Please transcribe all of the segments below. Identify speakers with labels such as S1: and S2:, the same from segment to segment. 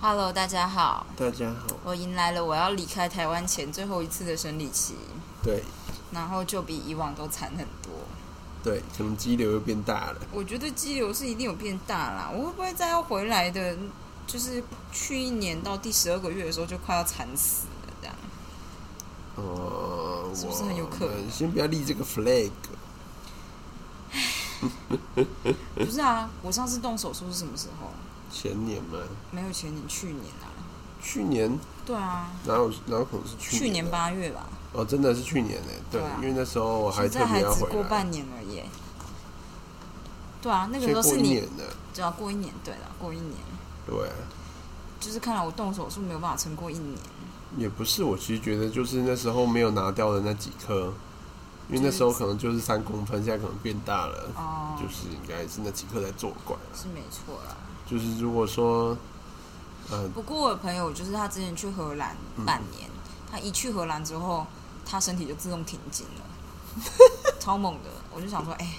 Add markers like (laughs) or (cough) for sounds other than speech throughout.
S1: Hello，大家好，
S2: 大家好，
S1: 我迎来了我要离开台湾前最后一次的生理期，
S2: 对
S1: 然后就比以往都惨很多。
S2: 对，可能肌瘤又变大了。
S1: 我觉得肌瘤是一定有变大啦，我会不会再要回来的？就是去一年到第十二个月的时候就快要惨死了，这样
S2: 呃，
S1: 是不是很有可能
S2: 我们先不要立这个 flag。
S1: 不是啊？我上次动手术是什么时候？
S2: 前年嘛，
S1: 没有前年，去年啊。
S2: 去年
S1: 对啊，
S2: 哪有哪有可能是去
S1: 去
S2: 年
S1: 年
S2: 啊？
S1: 八月吧，
S2: 哦，真的是去年呢。对
S1: 对啊，
S2: 因为那时候我还
S1: 现
S2: 特
S1: 在还
S2: 别要
S1: 只
S2: 回
S1: 过
S2: 来，
S1: 半年而已。对啊，那个
S2: 所以
S1: 时候
S2: 过
S1: 是
S2: 一
S1: 你
S2: 年了。
S1: 只要过一年，对了，过一年，
S2: 对啊，
S1: 就是看来我动手术没有办法撑过一年。
S2: 也不是，我其实觉得就是那时候没有拿掉的那几颗，因为那时候可能就是三公分，现在可能变大了，
S1: 哦，
S2: 就是应该是那几颗在作怪啊。
S1: 是没错啦。
S2: 就是如果说，呃，
S1: 不过我有朋友就是他之前去荷兰
S2: 嗯
S1: 半年，他一去荷兰之后，他身体就自动停经了，
S2: (laughs)
S1: 超猛的。我就想说，哎、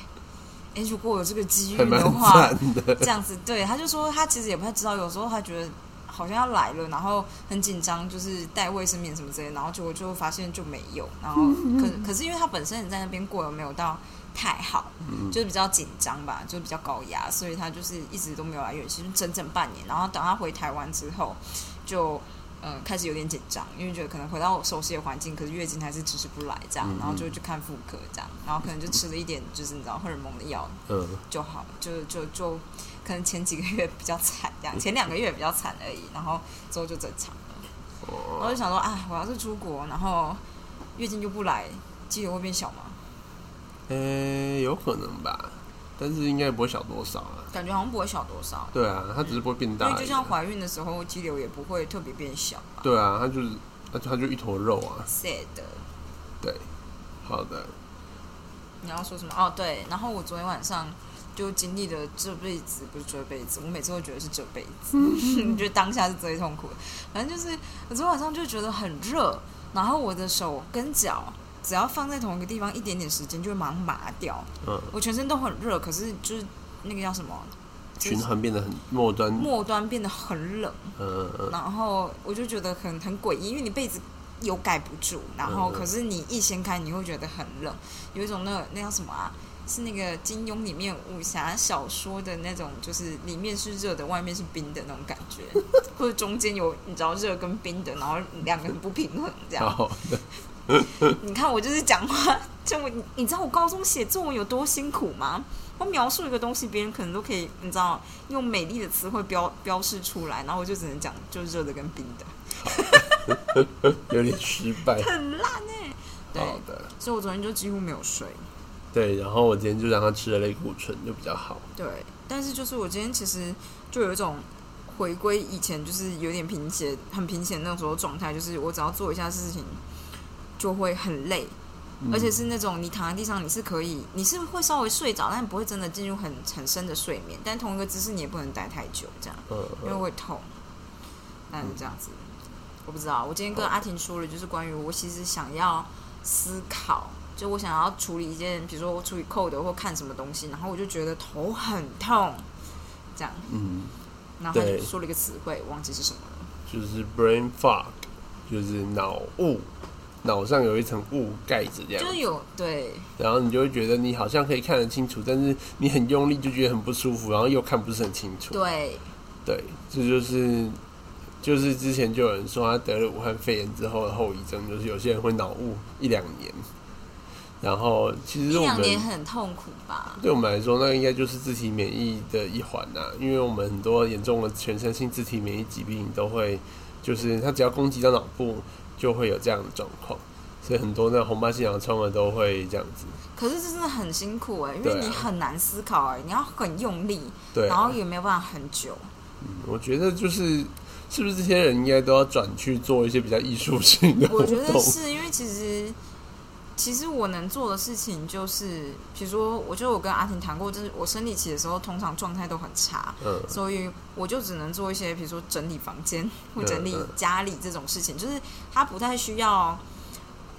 S1: 哎、如果有这个机
S2: 还
S1: 遇
S2: 蛮
S1: 的话， (laughs)
S2: 赞的。
S1: 这样子对，他就说他其实也不太知道，有时候他觉得好像要来了，然后很紧张，就是带卫生棉什么之类的，然后结果就发现就没有，然后可
S2: (laughs)
S1: 可是因为他本身也在那边过得没有到太好，
S2: 嗯
S1: 就是比较紧张吧，就是比较高压，所以他就是一直都没有来月经，就整整半年，然后等他回台湾之后就。嗯，开始有点紧张，因为觉得可能回到熟悉的环境，可是月经还是迟迟不来，这样
S2: 嗯，嗯
S1: 然后就去看妇科，这样，然后可能就吃了一点，就是你知道荷尔蒙的药，
S2: 嗯，
S1: 就好，就就就可能前几个月比较惨，这样前两个月比较惨而已，然后之后就正常了。我
S2: 哦
S1: 就，想说，哎，我要是出国，然后月经就不来，肌瘤会变小吗？
S2: 呃、有可能吧，但是应该不会小多少啊。
S1: 感觉好像不会小多少，
S2: 对啊，它只是不会变
S1: 因
S2: 大而已
S1: 为
S2: 啊、
S1: 就像怀孕的时候，肌瘤也不会特别变小吧。
S2: 对啊，它就是它它就一坨肉啊。
S1: sad，
S2: 对，好的，
S1: 你要说什么？哦，对，然后我昨天晚上。就经历了这辈子不是这辈子，我每次都觉得是这辈
S2: (laughs)
S1: 子，就当下是最痛苦的。反正就是我昨天晚上就觉得很热，然后我的手跟脚只要放在同一个地方一点点时间，就会马上麻掉。
S2: 嗯，
S1: 我全身都很热，可是就是那个叫什么，就是
S2: 循环变得很末端，
S1: 末端变得很冷，
S2: 嗯嗯
S1: 然后我就觉得很很诡异，因为你被子有盖不住，然后
S2: 嗯嗯
S1: 可是你一掀开，你会觉得很冷，有一种那那叫什么啊？是那个金庸里面武侠小说的那种，就是里面是热的，外面是冰的那种感觉，或者中间有你知道热跟冰的，然后两个很不平衡这样。
S2: 好的，
S1: 你看我就是讲话，就我你你知道我高中写作文有多辛苦吗？我描述一个东西，别人可能都可以，你知道用美丽的词汇标标示出来，然后我就只能讲就热的跟冰的，
S2: 有点失败。
S1: 很烂哎、 (laughs) 对，
S2: 好的，
S1: 所以我昨天就几乎没有睡。
S2: 对，然后我今天就让它吃了类固醇，就比较好。
S1: 对，但是就是我今天其实就有一种回归以前，就是有点贫血、很贫血那时候状态，就是我只要做一下事情就会很累，
S2: 嗯
S1: 而且是那种你躺在地上，你是可以，你是会稍微睡着，但不会真的进入很很深的睡眠。但同一个姿势你也不能待太久，这样
S2: 嗯
S1: 因为
S2: 嗯，
S1: 会痛。那就这样子，我不知道。我今天跟
S2: 好
S1: 阿婷说了，就是关于我其实想要思考，就我想要处理一件，比如说我处理 code 或看什么东西，然后我就觉得头很痛，这样。
S2: 嗯，
S1: 然后他就
S2: 对
S1: 说了一个词汇，忘记是什么了。
S2: 就是 brain fog，就是脑雾，脑上有一层雾盖着这样。
S1: 就是有对，
S2: 然后你就会觉得你好像可以看得清楚，但是你很用力就觉得很不舒服，然后又看不是很清楚。
S1: 对，
S2: 对，这就是就是之前就有人说他得了武汉肺炎之后的后遗症，就是有些人会脑雾一两年。然后其
S1: 一
S2: 实我
S1: 两
S2: 们
S1: 年很痛苦吧？
S2: 对我们来说，那应该就是自体免疫的一环呐、因为我们很多严重的全身性自体免疫疾病都会，就是它只要攻击到脑部，就会有这样的状况。所以很多那红斑性洋葱的都会这样子。
S1: 可是这真的很辛苦哎、因
S2: 对
S1: 为
S2: 啊
S1: 你很难思考哎、你要很用力，
S2: 对、啊，
S1: 然后也没有办法很久。
S2: 我觉得就是，是不是这些人应该都要转去做一些比较艺术性的活
S1: 我觉得
S2: 动？
S1: 是因为其实，其实我能做的事情就是，比如说，我觉得我跟阿婷谈过，就是我生理期的时候，通常状态都很差，
S2: 嗯，
S1: 所以我就只能做一些，比如说整理房间或
S2: 嗯
S1: 整理
S2: 嗯
S1: 家里这种事情，就是它不太需要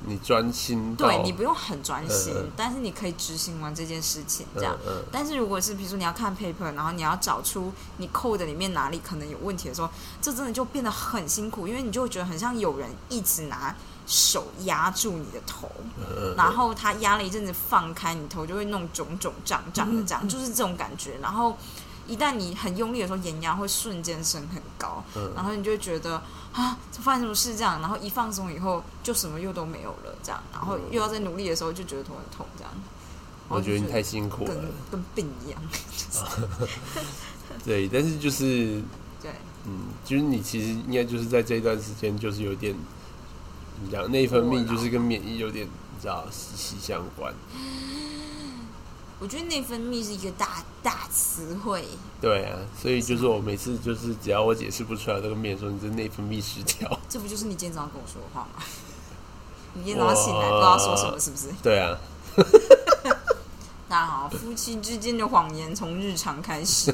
S2: 你专心到，
S1: 对你不用很专心，
S2: 嗯嗯
S1: 但是你可以执行完这件事情这样。
S2: 嗯嗯
S1: 但是如果是比如说你要看 paper，然后你要找出你扣的里面哪里可能有问题的时候，这真的就变得很辛苦，因为你就会觉得很像有人一直拿手压住你的头，
S2: 嗯嗯
S1: 然后他压了一阵子放开，你头就会弄肿肿胀胀的，这
S2: 嗯
S1: 样就是这种感觉。然后一旦你很用力的时候，眼压会瞬间升很高，
S2: 嗯
S1: 然后你就会觉得啊，发生什么事这样？然后一放松以后，就什么又都没有了，这样。然后又要再努力的时候，就觉得头很痛，这样。
S2: 我觉得你
S1: 然后就
S2: 太辛苦
S1: 跟
S2: 了，
S1: 跟病一样，
S2: (laughs) 对，但是就是
S1: 对，
S2: 嗯，就是你其实应该就是在这一段时间，就是有点怎么讲，内分泌就是跟免疫有点你知道息息相关。
S1: 我觉得内分泌是一个大大词汇，
S2: 对啊，所以就是我每次就是只要我解释不出来，都跟别人说你这内分泌失调。 (laughs)
S1: 这不就是你今天早上跟我说的话吗？ (laughs) 你今天早上醒来不知道说什么，是不是？
S2: 对啊，
S1: 大家好，夫妻之间的谎言从日常开
S2: (laughs)
S1: 始。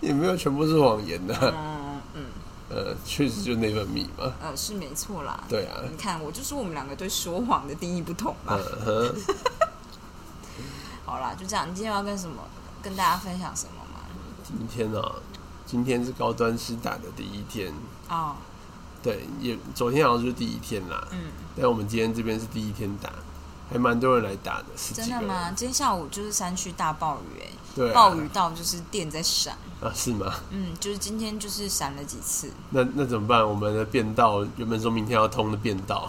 S2: 也没有全部是谎言呐、
S1: 嗯嗯
S2: 呃，确实就内分泌嘛。
S1: 呃，是没错啦。
S2: 对啊，
S1: 你看，我就说我们两个对说谎的定义不同嘛。
S2: 嗯哼，
S1: 好啦，就这样。你今天要跟什么？跟大家分享什么吗？
S2: (laughs) 今天呢、今天是高端师打的第一天，
S1: 哦，
S2: 对，也昨天好像就是第一天啦，
S1: 嗯，
S2: 但我们今天这边是第一天打，还蛮多人来打的，十
S1: 真
S2: 几个
S1: 的
S2: 人
S1: 吗？？今天下午就是山区大暴雨、欸，
S2: 对、啊，
S1: 暴雨到就是电在闪。
S2: 啊，是吗？
S1: 嗯，就是今天就是闪了几次。
S2: 那那怎么办？我们的变道原本说明天要通的变道，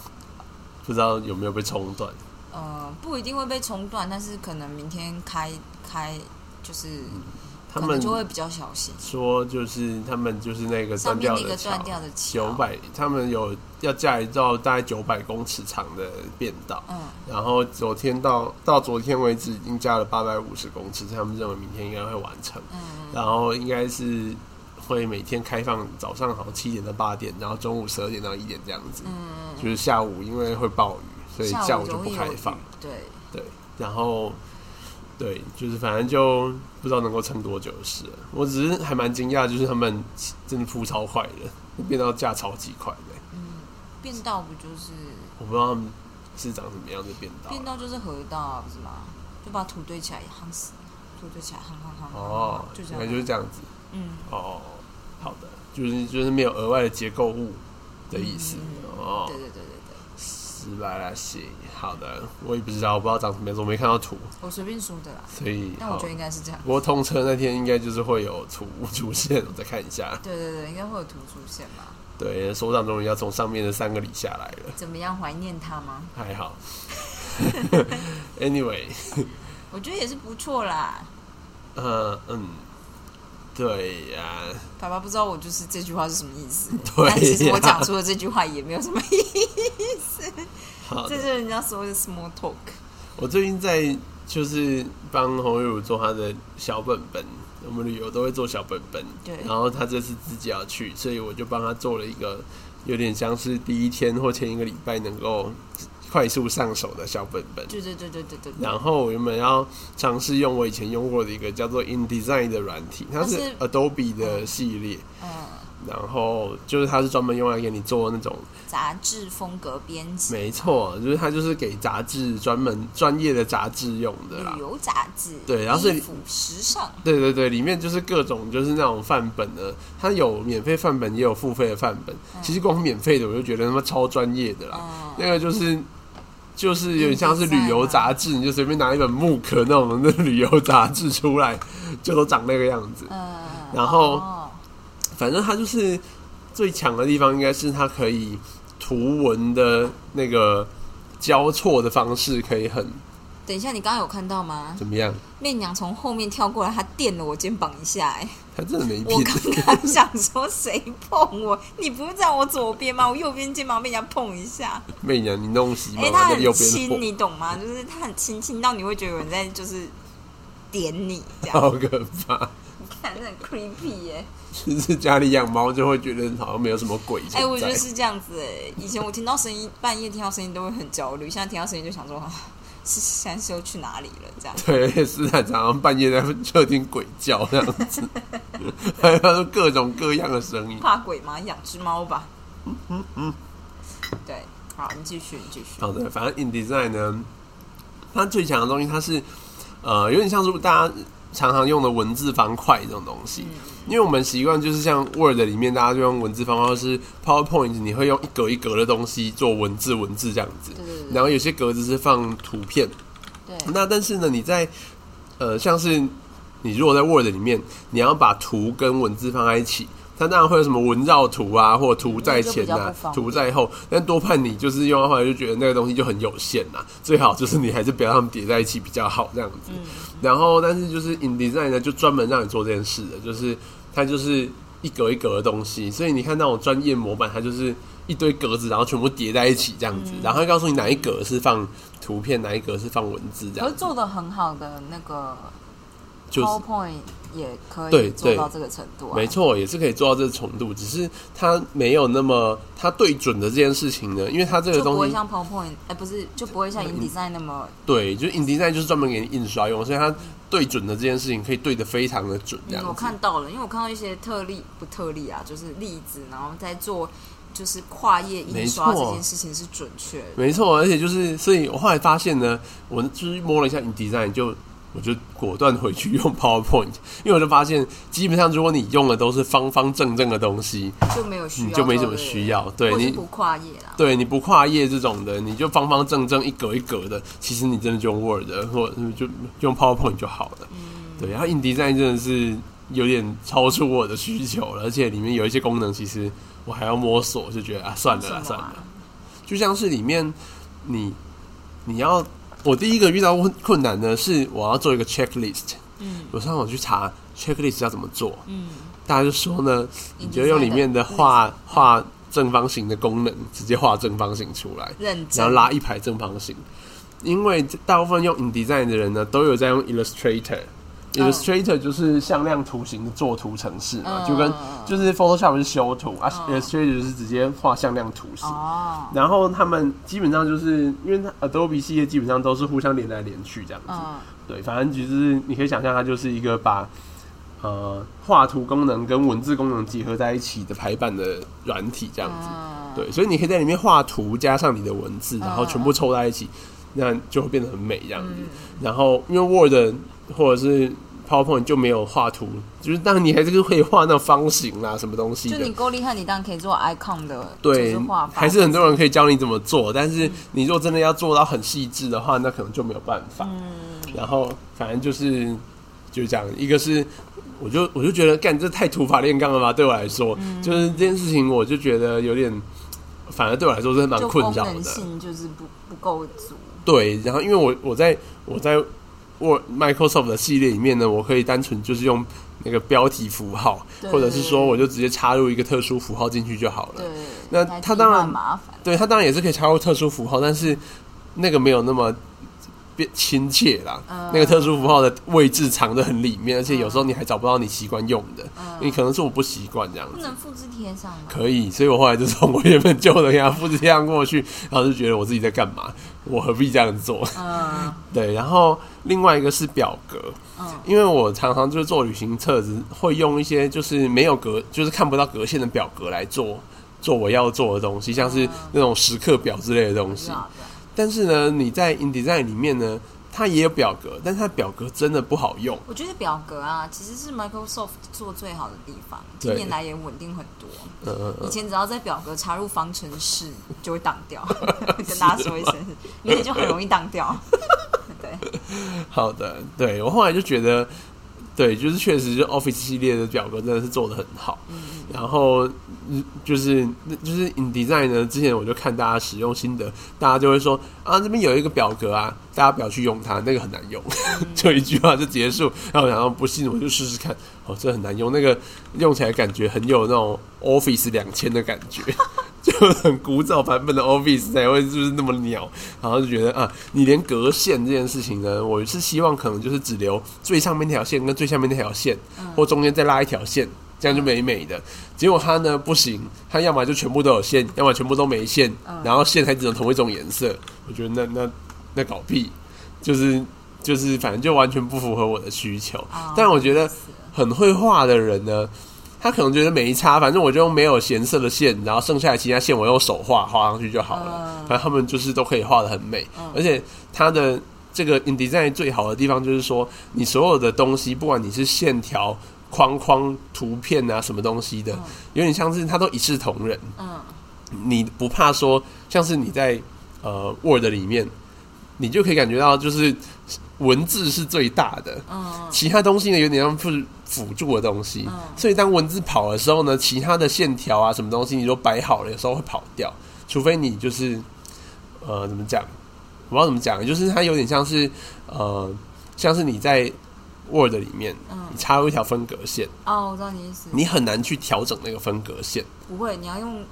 S2: 不知道有没有被冲断？
S1: 呃，不一定会被冲断，但是可能明天开开就是可
S2: 他
S1: 能
S2: 们
S1: 就会比较小心。
S2: 说就是他们就是那个
S1: 上
S2: 断
S1: 面那个
S2: 掉的
S1: 断
S2: 桥，
S1: 掉的桥，
S2: 九百，他们有要架一道大概九百公尺长的变道，
S1: 嗯，
S2: 然后昨天到到昨天为止已经架了八百五十公尺，他们认为明天应该会完成，
S1: 嗯嗯
S2: 然后应该是会每天开放早上好像七点到八点，然后中午十二点到一点这样子，
S1: 嗯，
S2: 就是下午因为会暴雨，所以下午就
S1: 容
S2: 不
S1: 易有
S2: 开
S1: 雨
S2: 放。。
S1: 对，
S2: 然后，对，就是反正就不知道能够撑多久的事了。我只是还蛮惊讶，就是他们真的铺超快的，变到价超级快的。
S1: 嗯，变道不就是
S2: 我不知道他们是长什么样的变道
S1: 变。道就是河道啊，不是吗？就把土堆起来，夯死，土堆起来，夯夯夯，
S2: 哦
S1: 夯，就这
S2: 原来
S1: 样，
S2: 就是这样子。
S1: 嗯，
S2: 哦，好的，就是就是没有额外的结构物的意思。
S1: 嗯
S2: 哦
S1: 对，对对对对，
S2: 是吧？啦行，好的，我也不知道，我不知道长什么样子，我没看到图，
S1: 我随便说的啦，
S2: 所以
S1: 但我
S2: 好
S1: 觉。得应该是这样，
S2: 不过通车那天应该就是会有图出现，我再看一下。
S1: 对对对，应该会有图出现吧？
S2: 对，首长终于要从上面的三个里下来了，
S1: 怎么样怀念他吗？
S2: 还好。anyway，
S1: 我觉得也是不错啦。
S2: 呃嗯，对呀、
S1: 爸爸不知道我就是这句话是什么意思，
S2: (laughs) 对呀
S1: 但其实我讲出的这句话也没有什么意义，
S2: 好
S1: 这就
S2: 的。
S1: 是人家所谓的 small talk。
S2: 我最近在就是帮洪玉茹做他的小本本，我们旅游都会做小本本，
S1: 对
S2: 然后他这次自己要去，所以我就帮他做了一个有点像是第一天或前一个礼拜能够快速上手的小本本。
S1: 对对对对对对对。
S2: 然后我原本要尝试用我以前用过的一个叫做 InDesign 的软体，它是
S1: 它是
S2: Adobe 的系列，
S1: 嗯，
S2: 然后就是它是专门用来给你做那种，
S1: 杂志风格编辑，
S2: 没错，就是它就是给杂志专门专业的杂志用的啦
S1: 旅。游杂志，
S2: 对然后所以
S1: 衣服时尚，
S2: 对对对，里面就是各种就是那种范本呢，它有免费范本，也有付费的范本。其实光免费的我就觉得他妈超专业的啦，
S1: 嗯，
S2: 那个就是。就是有点像是旅游杂志，你就随便拿一本木壳那种的旅游杂志出来，就都长那个样子。
S1: 嗯，
S2: 然后
S1: 哦
S2: 反正它就是最强的地方，应该是它可以图文的那个交错的方式，可以很
S1: 等一下，你刚刚有看到吗？
S2: 怎么样？
S1: 媚娘从后面跳过来，她垫了我肩膀一下、哎，
S2: 它真的没
S1: 我
S2: 品，
S1: 刚刚想说谁碰我？你不是在我左边吗？我右边肩膀被人家碰一下，
S2: (laughs) 媚娘，你弄死
S1: 哎、
S2: 嘛？
S1: 她
S2: 那右
S1: 很
S2: 边的
S1: 轻，
S2: 火，
S1: 你懂吗？就是她很轻，轻到你会觉得有人在就是点你这
S2: (laughs)
S1: 样，
S2: 好可怕！
S1: 看那很 creepy 耶、
S2: 就是家里养猫就会觉得好像没有什么鬼
S1: 哎、我
S2: 存
S1: 觉
S2: 在
S1: 得。是这样子哎、以前我听到声音，半夜听到声音都会很焦虑，现在听到声音就想说，啊、是现在是又去哪里了？这样，
S2: 对，斯坦常常半夜在客厅鬼叫这样子， (laughs) 还有各种各样的声音。嗯
S1: 怕鬼吗？养只猫吧。嗯嗯对，好，你继续，你继续。
S2: 好的，哦反正 InDesign 呢，它最强的东西，它是呃，有点像是大家常常用的文字方块这种东西。
S1: 嗯
S2: 因为我们习惯就是像 Word 里面，大家就用文字方块，或是 PowerPoint，你会用一格一格的东西做文字文字这样子。
S1: 对对
S2: 然后有些格子是放图片，
S1: 对
S2: 那但是呢，你在呃，像是你如果在 Word 里面，你要把图跟文字放在一起，它当然会有什么文绕图啊，或图在
S1: 那就
S2: 前
S1: 比较
S2: 啊
S1: 不方，便
S2: 图在后。但多半你就是用到后来就觉得那个东西就很有限啦，最好就是你还是不要让它们叠在一起比较好这样子。然后，但是就是 InDesign 呢，就专门让你做这件事的，就是它就是一格一格的东西，所以你看那种专业模板，它就是一堆格子，然后全部叠在一起这样子，
S1: 嗯
S2: 然后它告诉你哪一格是放图片，哪一格是放文字这
S1: 可
S2: 样
S1: 是，做的很好的那个
S2: 就是
S1: PowerPoint 也可以
S2: 对
S1: 做
S2: 对
S1: 到这个程度啊。
S2: 没错，也是可以做到这个程度，只是它没有那么它对准的这件事情呢，因为它这个
S1: 就不
S2: 东
S1: 会
S2: 西嗯
S1: 像 PowerPoint，哎、不是，就不会像 InDesign 那么
S2: 对，就是 InDesign 就是专门给你印刷用，所以它对准的这件事情可以对的非常的准，这
S1: 嗯，我
S2: 样子。
S1: 看到了，因为我看到一些特例不特例啊，就是例子，然后在做就是跨页印刷
S2: 没错
S1: 这件事情是准确的。
S2: 没错，而且就是，所以我后来发现呢，我就是摸了一下 InDesign，就我就果断回去用 PowerPoint，因为我就发现基本上如果你用的都是方方正正的东西，
S1: 就没有需要，
S2: 嗯你就没什么需要，对
S1: 或是
S2: 你
S1: 不跨页啦。
S2: 对你不跨页这种的，你就方方正正一格一格的，其实你真的就用 Word 或就用 PowerPoint 就好了。对，然后 InDesign 真的是有点超出我的需求了，而且里面有一些功能，其实我还要摸索，就觉得啊，算了啦，
S1: 什
S2: 算
S1: 么
S2: 了
S1: 啊。
S2: 就像是里面你你要，我第一个遇到困困难的是我要做一个 checklist，
S1: 嗯
S2: 我上网去查 checklist 要怎么做，
S1: 嗯，
S2: 大家就说呢，你就用里面的画画正方形的功能，直接画正方形出来，
S1: 认真，
S2: 然后拉一排正方形。因为大部分用 InDesign 的人呢，都有在用 Illustrator。Illustrator 就是向量图形的作图程式嘛，
S1: 嗯
S2: 就跟就是 Photoshop 是修图啊、
S1: 嗯
S2: i l l u s t r a t o r 就是直接画向量图形。
S1: 哦，
S2: 然后他们基本上就是因为它 Adobe 系列基本上都是互相连来连去这样子，
S1: 嗯，
S2: 对，反正就是你可以想象它就是一个把呃画图功能跟文字功能结合在一起的排版的软体这样子，
S1: 嗯，
S2: 对，所以你可以在里面画图加上你的文字，然后全部凑在一起，那就会变得很美这样子。然后因为 Word 或者是 PowerPoint 就没有画图，就是当然你还是可以画那种方形啦什么东西
S1: 就
S2: 的，
S1: 你够厉害，你当然可以做 icon 的，
S2: 对
S1: 就是画，法，嗯
S2: 还是很多人可以教你怎么做，但是你如果真的要做到很细致的话，那可能就没有办法。
S1: 嗯
S2: 然后反正就是就是这样，一个是我就我就觉得干这太土法炼钢了吧，对我来说，
S1: 嗯
S2: 就是这件事情我就觉得有点，反而对我来说是蛮
S1: 就
S2: 困
S1: 功
S2: 扰
S1: 能
S2: 的。
S1: 性就是不不够足，
S2: 对，然后因为我我在我在 Word Microsoft 的系列里面呢，我可以单纯就是用那个标题符号，
S1: 对
S2: 或者是说我就直接插入一个特殊符号进去就好了
S1: 对。，
S2: 那
S1: 来
S2: 它
S1: 替
S2: 当
S1: 换
S2: 然
S1: 麻烦，
S2: 对，它当然也是可以插入特殊符号，但是那个没有那么变亲切啦。
S1: 嗯
S2: 那个特殊符号的位置藏得很里面，而且有时候你还找不到你习惯用的，你可能是我不习惯这样
S1: 不
S2: 子。
S1: 能复制贴上吗？
S2: 可以，所以我后来就从我原本旧的给它复制贴上过去，然后就觉得我自己在干嘛，我何必这样做？
S1: 嗯
S2: 对，然后另外一个是表格，
S1: 嗯
S2: 因为我常常就是做旅行册子，会用一些就是没有格，就是看不到格线的表格来做做我要做的东西，像是那种时刻表之类的东
S1: 我
S2: 西
S1: 知。道，
S2: 但是呢，你在 InDesign 里面呢，它也有表格，但是它表格真的不好用。
S1: 我觉得表格啊，其实是 Microsoft 做最好的地方，近
S2: 对
S1: 年来也稳定很多。
S2: 嗯嗯
S1: 以
S2: 嗯，
S1: 前只要在表格插入方程式就会挡
S2: (laughs)
S1: 掉， (laughs) 跟大家说一声，而且就很容易挡掉。对，
S2: (laughs) 好的，对我后来就觉得，对，就是确实，就 Office 系列的表格真的是做的很好。然后嗯就是就是 InDesign 呢，之前我就看大家使用心得，大家就会说啊，这边有一个表格啊，大家不要去用它，那个很难用， (laughs) 就一句话就结束。然后然后不信我就试试看，哦，这很难用，那个用起来感觉很有那种 Office 两千的感觉。就很古早版本的 Office 才会就是那么鸟，然后就觉得啊，你连格线这件事情呢，我是希望可能就是只留最上面那条线跟最下面那条线，或中间再拉一条线，这样就美美的。结果它呢不行，它要么就全部都有线，要么全部都没线，然后线还只能同一种颜色。我觉得那那那搞屁，就是
S1: 啊哦
S2: 就是反正就完全不符合我的需求。但我觉得很会画的人呢，他可能觉得没差，反正我就用没有颜色的线，然后剩下的其他线我用手画画上去就好了。
S1: 嗯
S2: 反正他们就是都可以画的很美，
S1: 嗯
S2: 而且它的这个 InDesign 最好的地方就是说，你所有的东西，不管你是线条、框框、图片啊，什么东西的，
S1: 嗯
S2: 有点像是它都一视同仁。
S1: 嗯
S2: 你不怕说像是你在呃 Word 里面，你就可以感觉到就是文字是最大的，
S1: 嗯
S2: 其他东西呢有点像是辅助的东西。
S1: 嗯
S2: 所以当文字跑的时候呢，其他的线条啊什么东西你都摆好了，有时候会跑掉，除非你就是呃怎么讲，我不知道怎么讲，就是它有点像是呃像是你在 Word 里面
S1: 嗯
S2: 你，插入一条分隔线，
S1: 哦，我知道你意思，
S2: 你很难去调整那个分隔线。
S1: 不会，你要用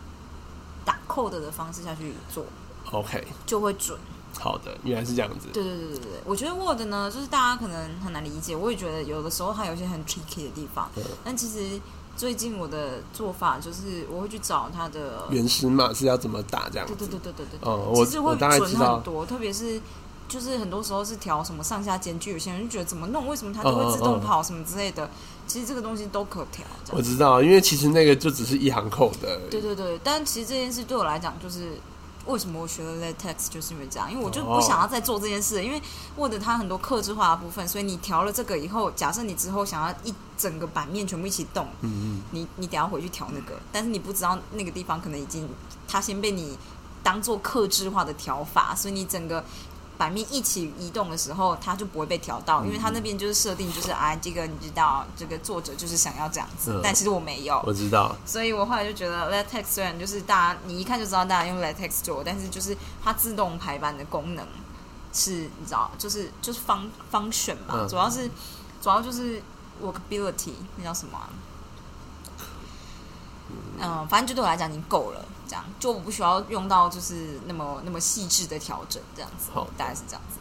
S1: 打 code 的方式下去做，
S2: OK，
S1: 就会准。
S2: 好的，原来是这样子。
S1: 对对对对对，我觉得 Word 呢，就是大家可能很难理解，我也觉得有的时候它有一些很 tricky 的地方
S2: 对。
S1: 但其实最近我的做法就是，我会去找它的，
S2: 原始码是要怎么打这样
S1: 对对
S2: 子？
S1: 对对对对，
S2: 嗯，
S1: 其
S2: 我
S1: 实
S2: 我
S1: 会
S2: 大概
S1: 准
S2: 知道
S1: 很，多，特别是。就是很多时候是调什么上下间距，有些人就觉得怎么弄，为什么它都
S2: 嗯
S1: 会自动跑什么之类的。其实这个东西都可调，这
S2: 我
S1: 样。
S2: 知道，因为其实那个就只是一行扣的而已，
S1: 对对对，但其实这件事对我来讲，就是为什么我学了 LaTeX，就是因为这样，因为我就不想要再做这件事，因为 Word 它很多克制化的部分，所以你调了这个以后，假设你之后想要一整个版面全部一起动，
S2: 嗯
S1: 你你等下回去调那个，但是你不知道那个地方可能已经它先被你当做克制化的调法，所以你整个。版面一起移动的时候，它就不会被调到，因为它那边就是设定就是啊，这个你知道，这个作者就是想要这样子，
S2: 嗯
S1: 但其实我没有，
S2: 我知道，
S1: 所以我后来就觉得 LaTeX 虽然就是大家你一看就知道大家用 LaTeX 做，但是就是它自动排版的功能是，你知道，就是就是方方选吧，
S2: 嗯
S1: 主要是主要就是 workability 那叫什么、啊？嗯，反正就对我来讲已经够了，这样就我不需要用到就是那么那么细致的调整，这样子
S2: 好，
S1: 大概是这样子。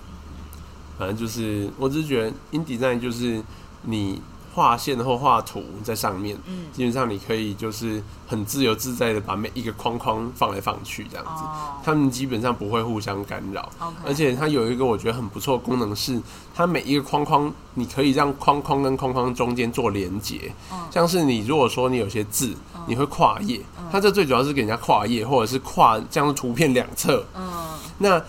S2: 反正就是，我只是觉得 InDesign 就是你画线或画图在上面，
S1: 嗯，
S2: 基本上你可以就是很自由自在的把每一个框框放来放去这样子，
S1: 哦
S2: 他们基本上不会互相干扰。
S1: ，OK，
S2: 而且它有一个我觉得很不错的功能是，它每一个框框你可以让框框跟框框中间做连接，
S1: 嗯
S2: 像是你如果说你有些字
S1: 嗯
S2: 你会跨页，它这最主要是给人家跨页或者是跨像图片两侧。
S1: 嗯
S2: 那呃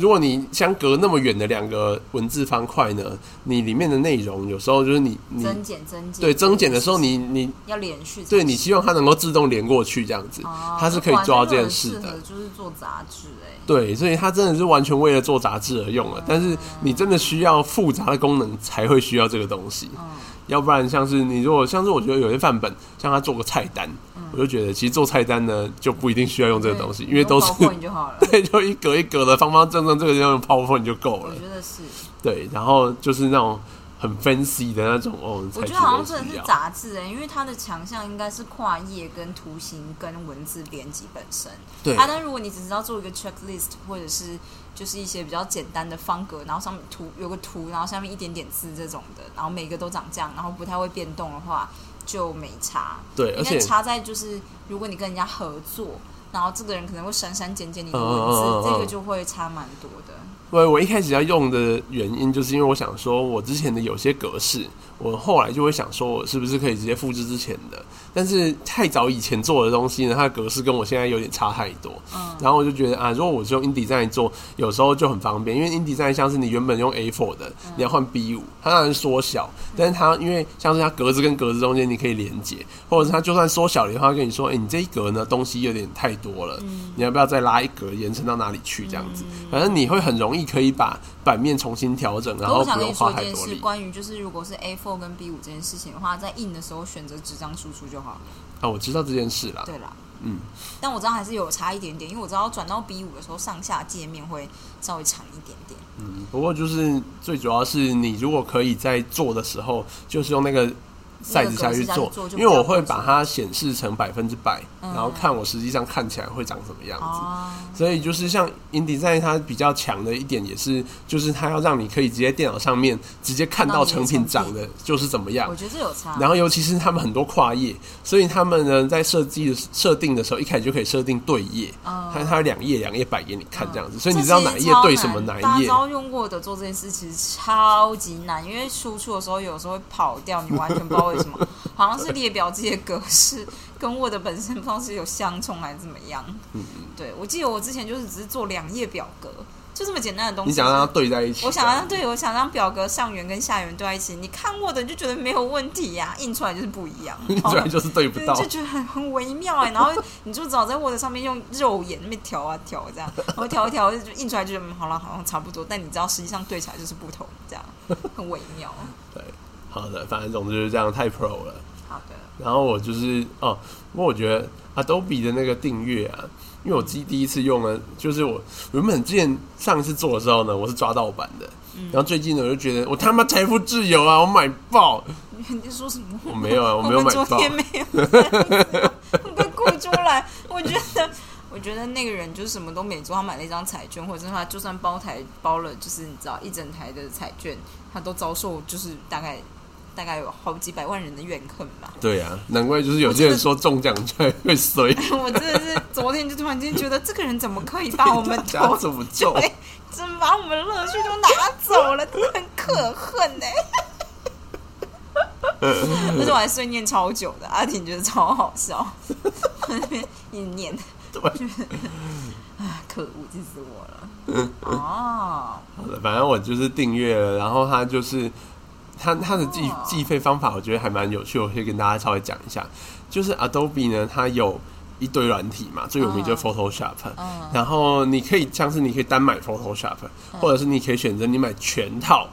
S2: 如果你相隔那么远的两个文字方块呢，你里面的内容有时候就是你你
S1: 增减增减，
S2: 对增减的时候你，你
S1: 要连续才行，
S2: 对你希望它能够自动连过去这样子，
S1: 哦
S2: 它是可以抓这件事
S1: 那果然
S2: 的
S1: 真很适合。就是做杂志哎、
S2: 对，所以它真的是完全为了做杂志而用
S1: 嗯
S2: 了。但是你真的需要复杂的功能才会需要这个东西，
S1: 嗯
S2: 要不然像是你如果像是我觉得有些范本，像他做个菜单，
S1: 嗯
S2: 我就觉得其实做菜单呢就不一定需要用这个东西，因为都是。
S1: 你用 PowerPoint 就好了
S2: (laughs) 对，就一格一格的方方正正，这个就用 PowerPoint 就够
S1: 我
S2: 了。
S1: 觉得是，
S2: 对，然后就是那种很 fancy 的那种哦，
S1: 我
S2: 才
S1: 觉
S2: 觉
S1: 得好像
S2: 得
S1: 真的
S2: 需
S1: 是
S2: 要。
S1: 杂志哎、因为它的强项应该是跨页、跟图形、跟文字编辑本身。
S2: 对
S1: 啊，但如果你只知道做一个 checklist，或者是就是一些比较简单的方格，然后上面图有个图，然后下面一点点字这种的，然后每个都长这样，然后不太会变动的话，就没差。
S2: 对，而
S1: 应
S2: 且
S1: 该差在就是，如果你跟人家合作，然后这个人可能会删删减减你的文字，
S2: 嗯嗯嗯嗯
S1: 这个就会差蛮多的。
S2: 我我一开始要用的原因，就是因为我想说，我之前的有些格式，我后来就会想说，我是不是可以直接复制之前的？但是太早以前做的东西呢，它的格式跟我现在有点差太多。
S1: 嗯
S2: 然后我就觉得啊，如果我是用 InDesign 做，有时候就很方便，因为 InDesign 像是你原本用 A4 的，
S1: 嗯
S2: 你要换 B5，它当然缩小，但是它因为像是它格子跟格子中间你可以连接，或者是它就算缩小了以后，它跟你说，哎、你这一格呢东西有点太多了，
S1: 嗯
S2: 你要不要再拉一格延伸到哪里去？这样子，反正你会很容易可以把版面重新调整，然
S1: 可
S2: 后
S1: 我想
S2: 不
S1: 跟你
S2: 用
S1: 说
S2: 花
S1: 一
S2: 太
S1: 件
S2: 多
S1: 事，
S2: 力。
S1: 关于就是如果是 A4 跟 B5 这件事情的话，在印的时候选择纸张输出就好了。
S2: 啊，我知道这件事啦，
S1: 对啦，
S2: 嗯，
S1: 但我知道还是有差一点点，因为我知道转到 B5 的时候上下界面会稍微长一点点。
S2: 不过就是最主要是你如果可以在做的时候，就是用那个 size
S1: 那个
S2: 下去
S1: 格式下去
S2: 做
S1: 做，就
S2: 因
S1: 比较
S2: 为我会把它显示成百分之百，
S1: 嗯
S2: 然后看我实际上看起来会长什么样子。
S1: 哦，
S2: 所以就是像 InDesign 它比较强的一点也是，就是它要让你可以直接电脑上面直接看到成品长的就是怎么样
S1: 我。觉得这有差。
S2: 然后尤其是他们很多跨页，所以他们呢在设计设定的时候，一开始就可以设定对页，
S1: 嗯
S2: 它它两页两页摆给你看这样子，所以
S1: 这
S2: 你知道
S1: 其实
S2: 哪一页
S1: 超
S2: 对
S1: 难
S2: 什么哪
S1: 大
S2: 一
S1: 家
S2: 页
S1: 知。道用 Word 做这件事其实超级难，因为输出的时候有时候会跑掉，你完全不知道道为什么，好像是列表机的格式跟 Word 本身不知道是有相冲还是怎么样。
S2: 嗯
S1: 对，我记得我之前就是只是做两页表格，就这么简单的东西。
S2: 你想让它对在一起，
S1: 我想让对，我想让表格上缘跟下缘对在一起。你看 Word 你就觉得没有问题呀、印出来就是不一
S2: (laughs)
S1: 样。
S2: 你居然就是对不
S1: 对，哦
S2: 到，
S1: 就觉得很很微妙哎、然后你就只好在 Word 上面用肉眼那边调啊调这样，然后调一调就印出来就觉得嗯好了，好像差不多，但你知道实际上对起来就是不同，这样很微妙。
S2: 对，好的，反正总之就是这样，太 pro 了。
S1: 好的，
S2: 然后我就是哦，不过我觉得 Adobe 的那个订阅啊，因为我第第一次用了，就是我原本之前上一次做的时候呢，我是抓盗版的，
S1: 嗯
S2: 然后最近呢，我就觉得我他妈财富自由啊，我买爆，
S1: 你在说什么？
S2: 我没有啊，我没有
S1: 们
S2: 买
S1: 昨
S2: 爆，
S1: 天没有，我快哭出来。我觉得，我觉得那个人就是什么都没做，他买了一张彩券，或者是他就算包台包了，就是你知道一整台的彩券，他都遭受就是大概大概有好几百万人的怨恨吧。
S2: 对啊，难怪就是有些人说中奖券会 (laughs) 随
S1: (laughs) 我真的是昨天就突然间觉得，这个人怎么可以把
S2: (laughs)
S1: 我们
S2: 家
S1: (laughs) 投，
S2: 诅咒，
S1: 对，真把我们乐趣都拿走了，真的很可恨
S2: (laughs)
S1: 呢、而且我还碎念超久的，阿婷觉得超好
S2: (laughs)
S1: 笑，一直念
S2: 对，
S1: (laughs) 啊，可恶，气死我了。哦，
S2: 好的，反正我就是订阅了，然后它就是它它的计
S1: 哦
S2: 计费方法，我觉得还蛮有趣，我可以跟大家稍微讲一下。就是 Adobe 呢，它有一堆软体嘛，最有名就是 Photoshop，、
S1: 嗯
S2: 然后你可以像是你可以单买 Photoshop，、或啊者是你可以选择你买全套。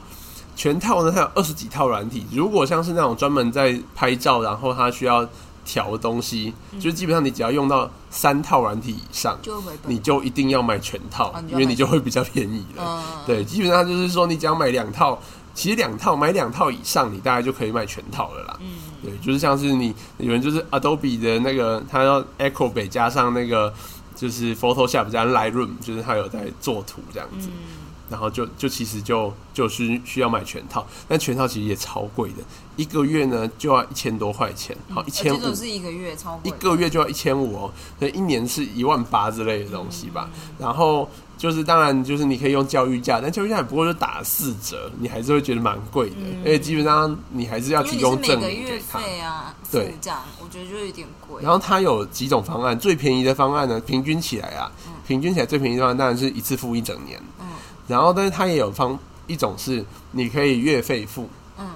S2: 全套呢，它有二十几套软体。如果像是那种专门在拍照，然后它需要调东西，就基本上你只要用到三套软体以上，
S1: 就会回本
S2: 你就一定要买全套，
S1: 哦你就
S2: 因为
S1: 买
S2: 你就会比较便宜了。
S1: 嗯，
S2: 对，基本上就是说，你只要买两套，其实两套买两套以上，你大概就可以买全套了啦。嗯，对，就是像是你有人就是 Adobe 的那个，它要 Echo 北加上那个就是 Photoshop 加 Lightroom，就是它有在做图这样子。
S1: 嗯
S2: 然后就就其实就就是需要买全套，但全套其实也超贵的，一个月呢就要一千多块钱，好一
S1: 嗯
S2: 千
S1: 这
S2: 五
S1: 种是一个月超贵
S2: 一
S1: 的，
S2: 个月就要一千五哦，所以一年是一万八之类的东西吧。然后就是当然就是你可以用教育价，但教育价也不过就打四折，你还是会觉得蛮贵的，而且基本上你还是要
S1: 嗯因为
S2: 提
S1: 你是
S2: 供
S1: 每
S2: 证
S1: 个
S2: 明
S1: 月
S2: 给他。
S1: 费啊，付
S2: 对
S1: 这样，我觉得就有点贵。
S2: 然后它有几种方案，最便宜的方案呢，平均起来啊，平均起来最便宜的方案当然是一次付一整年。
S1: 嗯
S2: 然后但是它也有方一种是你可以月费付，
S1: 嗯，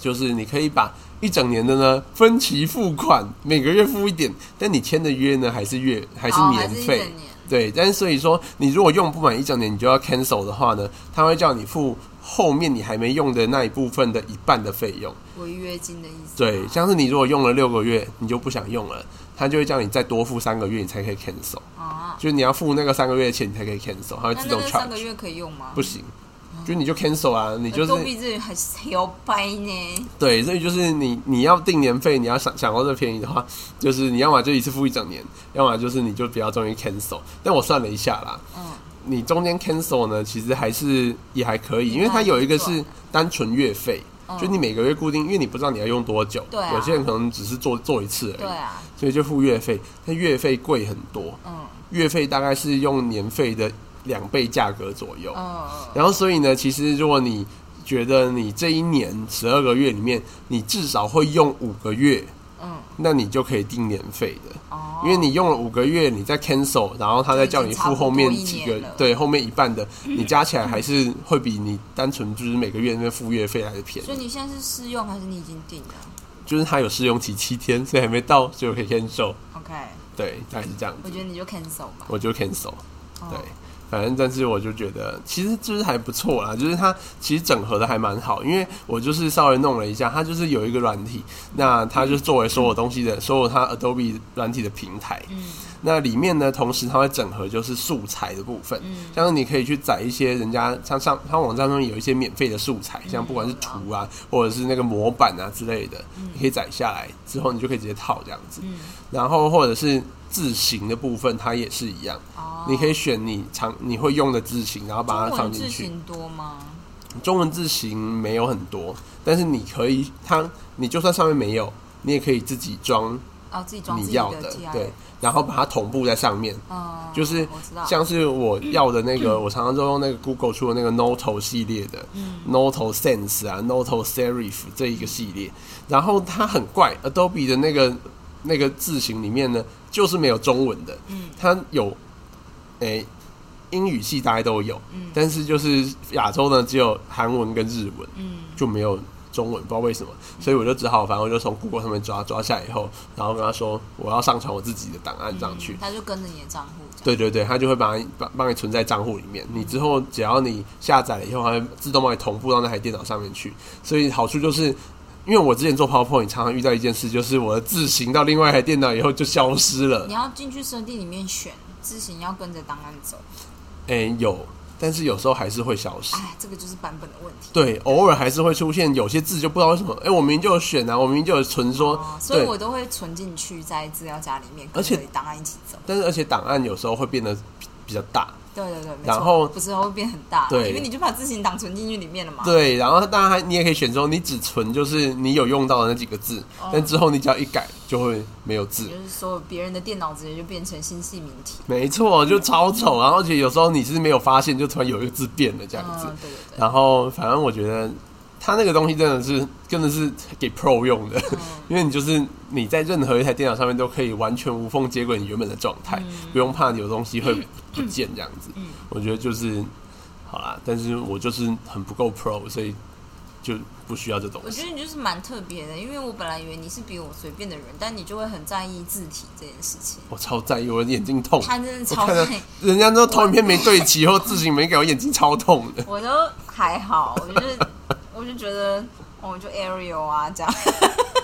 S2: 就是你可以把一整年的呢分期付款，每个月付一点，但你签的约呢还是月还是
S1: 哦
S2: 年
S1: 一
S2: 费。
S1: 整年
S2: 对，但是所以说，你如果用不满一整年，你就要 cancel 的话呢，他会叫你付后面你还没用的那一部分的一半的费用。
S1: 违约金的意思。
S2: 对，像是你如果用了六个月，你就不想用了，他就会叫你再多付三个月，你才可以 cancel。
S1: 啊，
S2: 就是你要付那个三个月的钱，你才可以 cancel，它会
S1: 那
S2: 自
S1: 那
S2: 动
S1: 那三个
S2: charge。
S1: 月可以用吗？哎
S2: 不行，就你就 cancel 啊，你就是
S1: 都比这里还小白呢。
S2: 对，所以就是你你要定年费，你要想想到这便宜的话，就是你要么就一次付一整年，要么就是你就不要中间 cancel。但我算了一下啦，
S1: 嗯，
S2: 你中间 cancel 呢，其实还是也还可以，因为它有一个是单纯月费，
S1: 嗯
S2: 就你每个月固定，因为你不知道你要用多久，
S1: 对啊
S2: 有些人可能只是做做一次而
S1: 对
S2: 已，
S1: 啊，
S2: 所以就付月费，但月费贵很多，
S1: 嗯
S2: 月费大概是用年费的两倍价格左右，
S1: 嗯
S2: 然后所以呢，其实如果你觉得你这一年十二个月里面，你至少会用五个月，
S1: 嗯，
S2: 那你就可以定年费的，
S1: 哦，
S2: 因为你用了五个月，你再 cancel，然后他再叫你付后面几
S1: 就已经差不多一
S2: 个
S1: 年了，
S2: 对，后面一
S1: (clears throat)
S2: 半的，你加起来还是会比你单纯就是每个月那边付月费来的便
S1: 所以
S2: 宜。
S1: 你现在是试用还是你已经定了
S2: 就是它有试用期七天，所以还没到，所以我可以 cancel，
S1: ？OK，
S2: 对，大概是这样
S1: 我
S2: 子，
S1: 觉得你就 cancel 吧。
S2: 我就 cancel。
S1: 哦
S2: 对，反正但是我就觉得其实就是还不错啦，就是它其实整合的还蛮好，因为我就是稍微弄了一下，它就是有一个软体，那它就是作为所有东西的、所有它 Adobe 软体的平台，
S1: 嗯
S2: 那里面呢，同时它会整合就是素材的部分，
S1: 嗯
S2: 像是你可以去载一些人家像上它网站上面有一些免费的素材，
S1: 嗯
S2: 像不管是图啊，或者是那个模板啊之类的，你可以载下来之后，你就可以直接套这样子，
S1: 嗯，
S2: 然后或者是字型的部分，它也是一样。
S1: 哦，
S2: 你可以选你常你会用的字型，然后把它
S1: 中文
S2: 放
S1: 字
S2: 进去。
S1: 型多吗？
S2: 中文字型没有很多，但是你可以，它你就算上面没有，你也可以自己装
S1: 哦，自己装自
S2: 你
S1: 己
S2: 要
S1: 的
S2: 的
S1: T，R，
S2: 对，然后把它同步在上面。
S1: 嗯，
S2: 就是
S1: 我知道，
S2: 像是我要的那个，我常常都用那个 Google 出的那个 Noto 系列的、Noto
S1: 嗯
S2: Sense 啊、Noto Serif 这一个系列，然后它很怪，Adobe 的那个那个字型里面呢，就是没有中文的，
S1: 嗯
S2: 它有诶、英语系大家都有，
S1: 嗯
S2: 但是就是亚洲呢只有韩文跟日文，
S1: 嗯
S2: 就没有中文，不知道为什么，所以我就只好，反正我就从 Google 上面抓抓下来以后，然后跟他说我要上传我自己的档案上去
S1: 嗯，他就跟着你的账户这样，
S2: 对对对，它就会把你把帮你存在账户里面。你之后只要你下载了以后，它会自动帮你同步到那台电脑上面去。所以好处就是，因为我之前做 PowerPoint 常常遇到一件事，就是我的字型到另外一台电脑以后就消失了
S1: 你。要进去设定里面选字型，要跟着档案走，
S2: 哎、有，但是有时候还是会消失。
S1: 哎，这个就是版本的问题。
S2: 对，偶尔还是会出现有些字就不知道为什么，哎、我明明就有选啊，我明明就有存说，
S1: 哦，所以
S2: 对，
S1: 我都会存进去在资料夹里面，
S2: 而且
S1: 跟着档案一起走。
S2: 但是而且档案有时候会变得比比较大，
S1: 对对对，没错
S2: 然后
S1: 不是会变很大，
S2: 对
S1: 因为你就把字型档存进去里面了嘛。
S2: 对，然后当然你也可以选中你只存就是你有用到的那几个字，但之后你只要一改就会没有字
S1: 也。就是说，别人的电脑直接就变成新系名体。
S2: 没错，就超丑，然后而且有时候你是没有发现，就突然有一个字变了这样子。
S1: 嗯，对对对。
S2: 然后反正我觉得它那个东西真的是真的是给 Pro 用的， (laughs) 因为你就是你在任何一台电脑上面都可以完全无缝接轨你原本的状态，不用怕有东西会不见这样子。我觉得就是好啦，但是我就是很不够 Pro，所以就不需要这东
S1: 我
S2: 西
S1: 觉。得你就是蛮特别的，因为我本来以为你是比我随便的人，但你就会很在意字体这件事情。
S2: 我超在意，我眼睛痛。
S1: 他真的
S2: 我
S1: 超
S2: 看到
S1: 在意，
S2: 人家都投影片没对齐，或字形没改，我眼睛超痛的。
S1: 我都还好，我就是我就觉得，哦我就 Arial 啊这样， (laughs)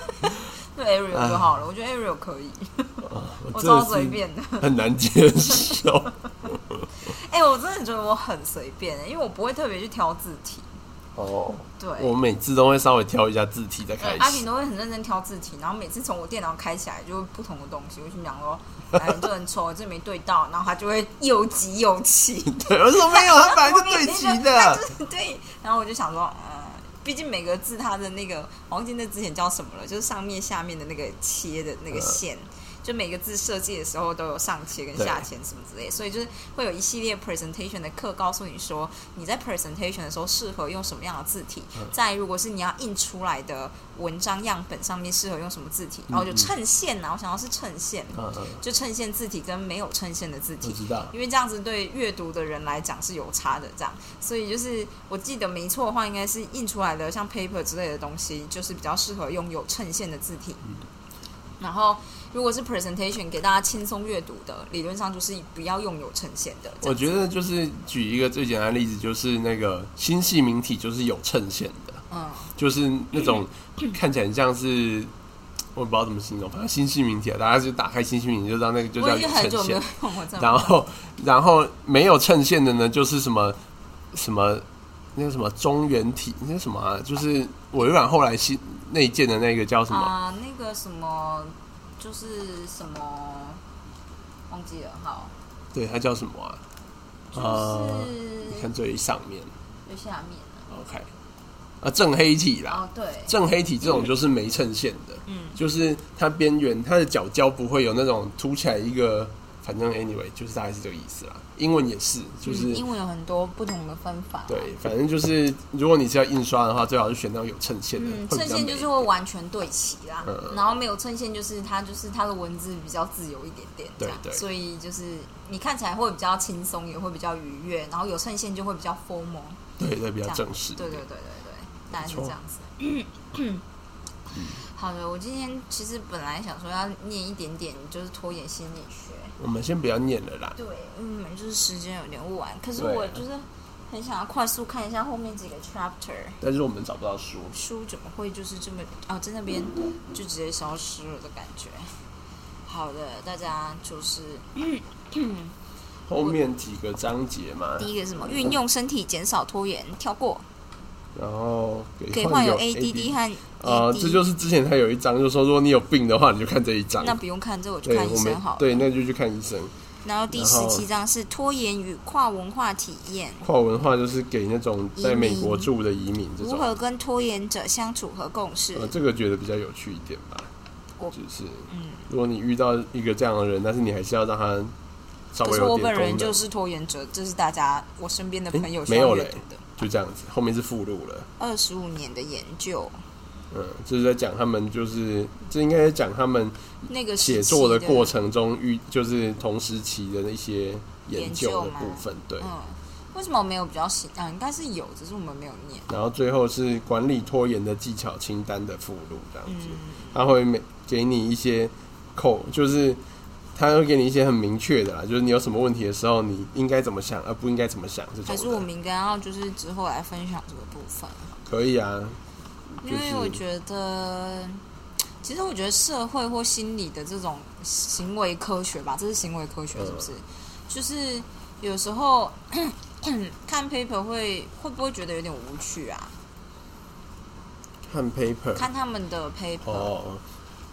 S1: 就 Arial 就好了。我觉得 Arial 可以， (laughs) 我
S2: 我真
S1: 超
S2: 的
S1: 随
S2: 是
S1: 便的。
S2: 很难接受。
S1: (laughs) 哎、我真的觉得我很随便、因为我不会特别去挑字体。
S2: 哦，
S1: 对，
S2: 我每次都会稍微挑一下字体再开
S1: 嗯阿平
S2: 始。
S1: 都会很认真挑字体，然后每次从我电脑开起来就是不同的东西，我就心想说，哎，这很丑，这没对到，然后他就会又急又气。
S2: (laughs) 对，我说没有，它本来就对齐
S1: 他
S2: 的
S1: (laughs) 就。是对，然后我就想说，呃，毕竟每个字它的那个，我忘记那之前叫什么了，就是上面下面的那个切的
S2: 嗯
S1: 那个线。就每个字设计的时候都有上切跟下切什么之类，所以就是会有一系列 presentation 的课告诉你说，你在 presentation 的时候适合用什么样的字体，
S2: 嗯
S1: 再如果是你要印出来的文章样本上面适合用什么字体，然后就衬线呐、啊我想要是衬线，
S2: 嗯嗯，
S1: 就衬线字体跟没有衬线的字
S2: 我
S1: 体，
S2: 知道。
S1: 因为这样子对阅读的人来讲是有差的，这样，所以就是我记得没错的话，应该是印出来的像 paper 之类的东西，就是比较适合拥有衬线的字体。
S2: 嗯
S1: 然后如果是 presentation 给大家轻松阅读的，理论上就是不要用有衬线的。这
S2: 我
S1: 样
S2: 觉得就是举一个最简单的例子，就是那个新系名体就是有衬线的，
S1: 嗯，
S2: 就是那种看起来很像是。我不知道怎么形容，反正新系名体啊，大家就打开新系名体就知道那个就
S1: 我
S2: 叫
S1: 已
S2: 有
S1: 经很
S2: 衬
S1: 久没
S2: 线
S1: 有。用过这
S2: 然
S1: 种。
S2: 后，然后没有衬线的呢，就是什么什么那个什么中原体，那个什么啊，就是微软后来新那一届的那个叫什么？
S1: 啊、那个什么，就是什么，忘记了，好，
S2: 对，它叫什么啊？
S1: 就
S2: 呃你
S1: 是
S2: 看最上面
S1: 最下面了。
S2: ，OK，啊，正黑体啦，
S1: 哦，对，
S2: 正黑体这种就是没衬线的，
S1: 嗯，
S2: 就是它边缘它的角胶不会有那种凸起来一个，反正 anyway 就是大概是这个意思啦。英文也是，就是、
S1: 嗯英文有很多不同的分法。
S2: 对，反正就是，如果你是要印刷的话，最好是选到有衬线的，
S1: 嗯，
S2: 会
S1: 衬
S2: 比较
S1: 线
S2: 美
S1: 就是会完全对齐啦，
S2: 嗯
S1: 然后没有衬线就是它就是它的文字比较自由一点点，这样，
S2: 对对
S1: 所以就是你看起来会比较轻松，也会比较愉悦，然后有衬线就会比较 formal，
S2: 对对，比
S1: 这
S2: 较
S1: 样
S2: 正式。
S1: 对对对对对，大概是
S2: 没错嗯
S1: 这样子。 (clears throat) 好的，我今天其实本来想说要念一点点，就是拖延心理学，
S2: 我们先不要念了啦。
S1: 对，嗯，就是时间有点晚，可是
S2: 对啊
S1: 我就是很想要快速看一下后面几个 chapter。
S2: 但是我们找不到书，
S1: 书怎么会就是这么哦，在那边就直接消失了的感觉。好的，大家就是
S2: 后面几个章节嘛，
S1: 第一个是什么？运用身体减少拖延，跳过，
S2: 然后
S1: 给
S2: 给
S1: 患有 ADD
S2: ADD。
S1: 和 ED。
S2: 呃，这就是之前他有一章就说，如果你有病的话，你就看这一章。
S1: 那不用看，这我去
S2: 对，
S1: 看医
S2: 我们
S1: 生好了。
S2: 对，那就去看医生。
S1: 然后第
S2: 然
S1: 十
S2: 后
S1: 七章是拖延与跨文化体验，
S2: 跨文化就是给那种在美国住的移民这
S1: 如
S2: 种，
S1: 何跟拖延者相处和共事。
S2: 呃呃，这个觉得比较有趣一点吧。
S1: 我
S2: 就是
S1: 嗯，
S2: 如果你遇到一个这样的人，但是你还是要让他稍
S1: 可
S2: 微
S1: 是我
S2: 有
S1: 本
S2: 点
S1: 人
S2: 功
S1: 就
S2: 能，
S1: 是拖延者，这是大家我身边的朋友
S2: 诶
S1: 需
S2: 没有
S1: 要阅
S2: 嘞
S1: 读的。
S2: 就这样子，后面是附录了。
S1: 二十五年的研究，
S2: 嗯，就是在讲他们，就是这应该在讲他们
S1: 那个时
S2: 写
S1: 期
S2: 作的
S1: 的
S2: 过，程中遇，就是同时期的那些研
S1: 研
S2: 究
S1: 究
S2: 的
S1: 吗
S2: 部分，对。
S1: 嗯，为什么没有比较喜啊？应该是有，只是我们没有念。
S2: 然后最后是管理拖延的技巧清单的附录，这样子，
S1: 嗯，
S2: 他会每给你一些扣，就是他会给你一些很明确的啦，就是你有什么问题的时候，你应该怎么想，而不应该怎么想这
S1: 还是我
S2: 种的，
S1: 们应该要就是之后来分享这个部分，
S2: 可以啊，
S1: 因为
S2: 就是
S1: 我觉得，其实我觉得社会或心理的这种行为科学吧，这是行为科学
S2: 嗯
S1: 是不是？就是有时候 (coughs) 看 paper 会会不会觉得有点无趣啊？
S2: 看 paper，
S1: 看他们的 paper，、
S2: 哦，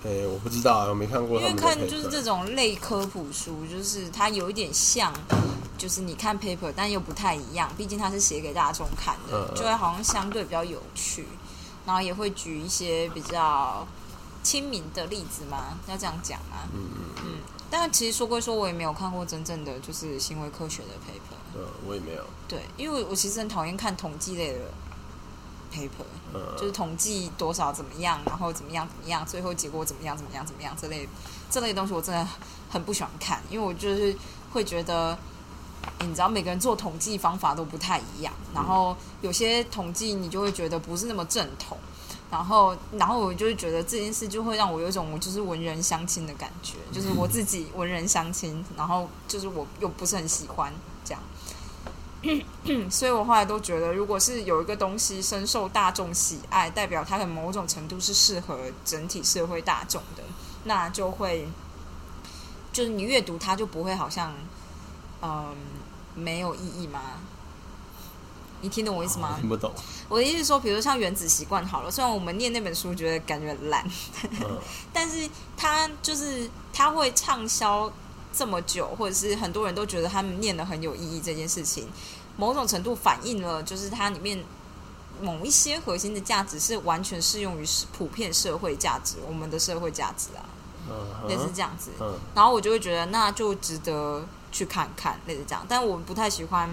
S2: 哎、我不知道啊，我没看过
S1: 因
S2: 他
S1: 为
S2: 们的
S1: 看
S2: paper，
S1: 就是这种类科普书，就是它有一点像，就是你看 paper，但又不太一样，毕竟它是写给大众看的
S2: 嗯，嗯
S1: 就会好像相对比较有趣，然后也会举一些比较亲民的例子嘛，要这样讲吗？嗯嗯。但其实说归说，我也没有看过真正的就是行为科学的 paper，
S2: 嗯，我也没有，
S1: 对，因为我其实很讨厌看统计类的 paper。
S2: 嗯，
S1: 就是统计多少怎么样，然后怎么样怎么样，最后结果怎么样怎么样怎么样这类这类东西，我真的很不喜欢看，因为我就是会觉得，诶你知道每个人做统计方法都不太一样，然后有些统计你就会觉得不是那么正统，然后然后我就会觉得这件事就会让我有一种我就是文人相亲的感觉，就是我自己文人相亲，然后就是我又不是很喜欢这样。 (clears throat) 所以我后来都觉得，如果是有一个东西深受大众喜爱，代表它的某种程度是适合整体社会大众的，那就会，就是你阅读它就不会好像，嗯，没有意义吗？你听懂我意思吗
S2: 我？听不懂，
S1: 我的意思是说，比如像《原子习惯》好了，虽然我们念那本书觉得感觉很烂，
S2: 嗯，
S1: 但是他就是他会畅销这么久，或者是很多人都觉得他们念的很有意义这件事情，某种程度反映了就是它里面某一些核心的价值是完全适用于普遍社会价值，我们的社会价值啊，类似
S2: 嗯，
S1: 这样子。
S2: 嗯，
S1: 然后我就会觉得那就值得去看看，类似这样。但我不太喜欢，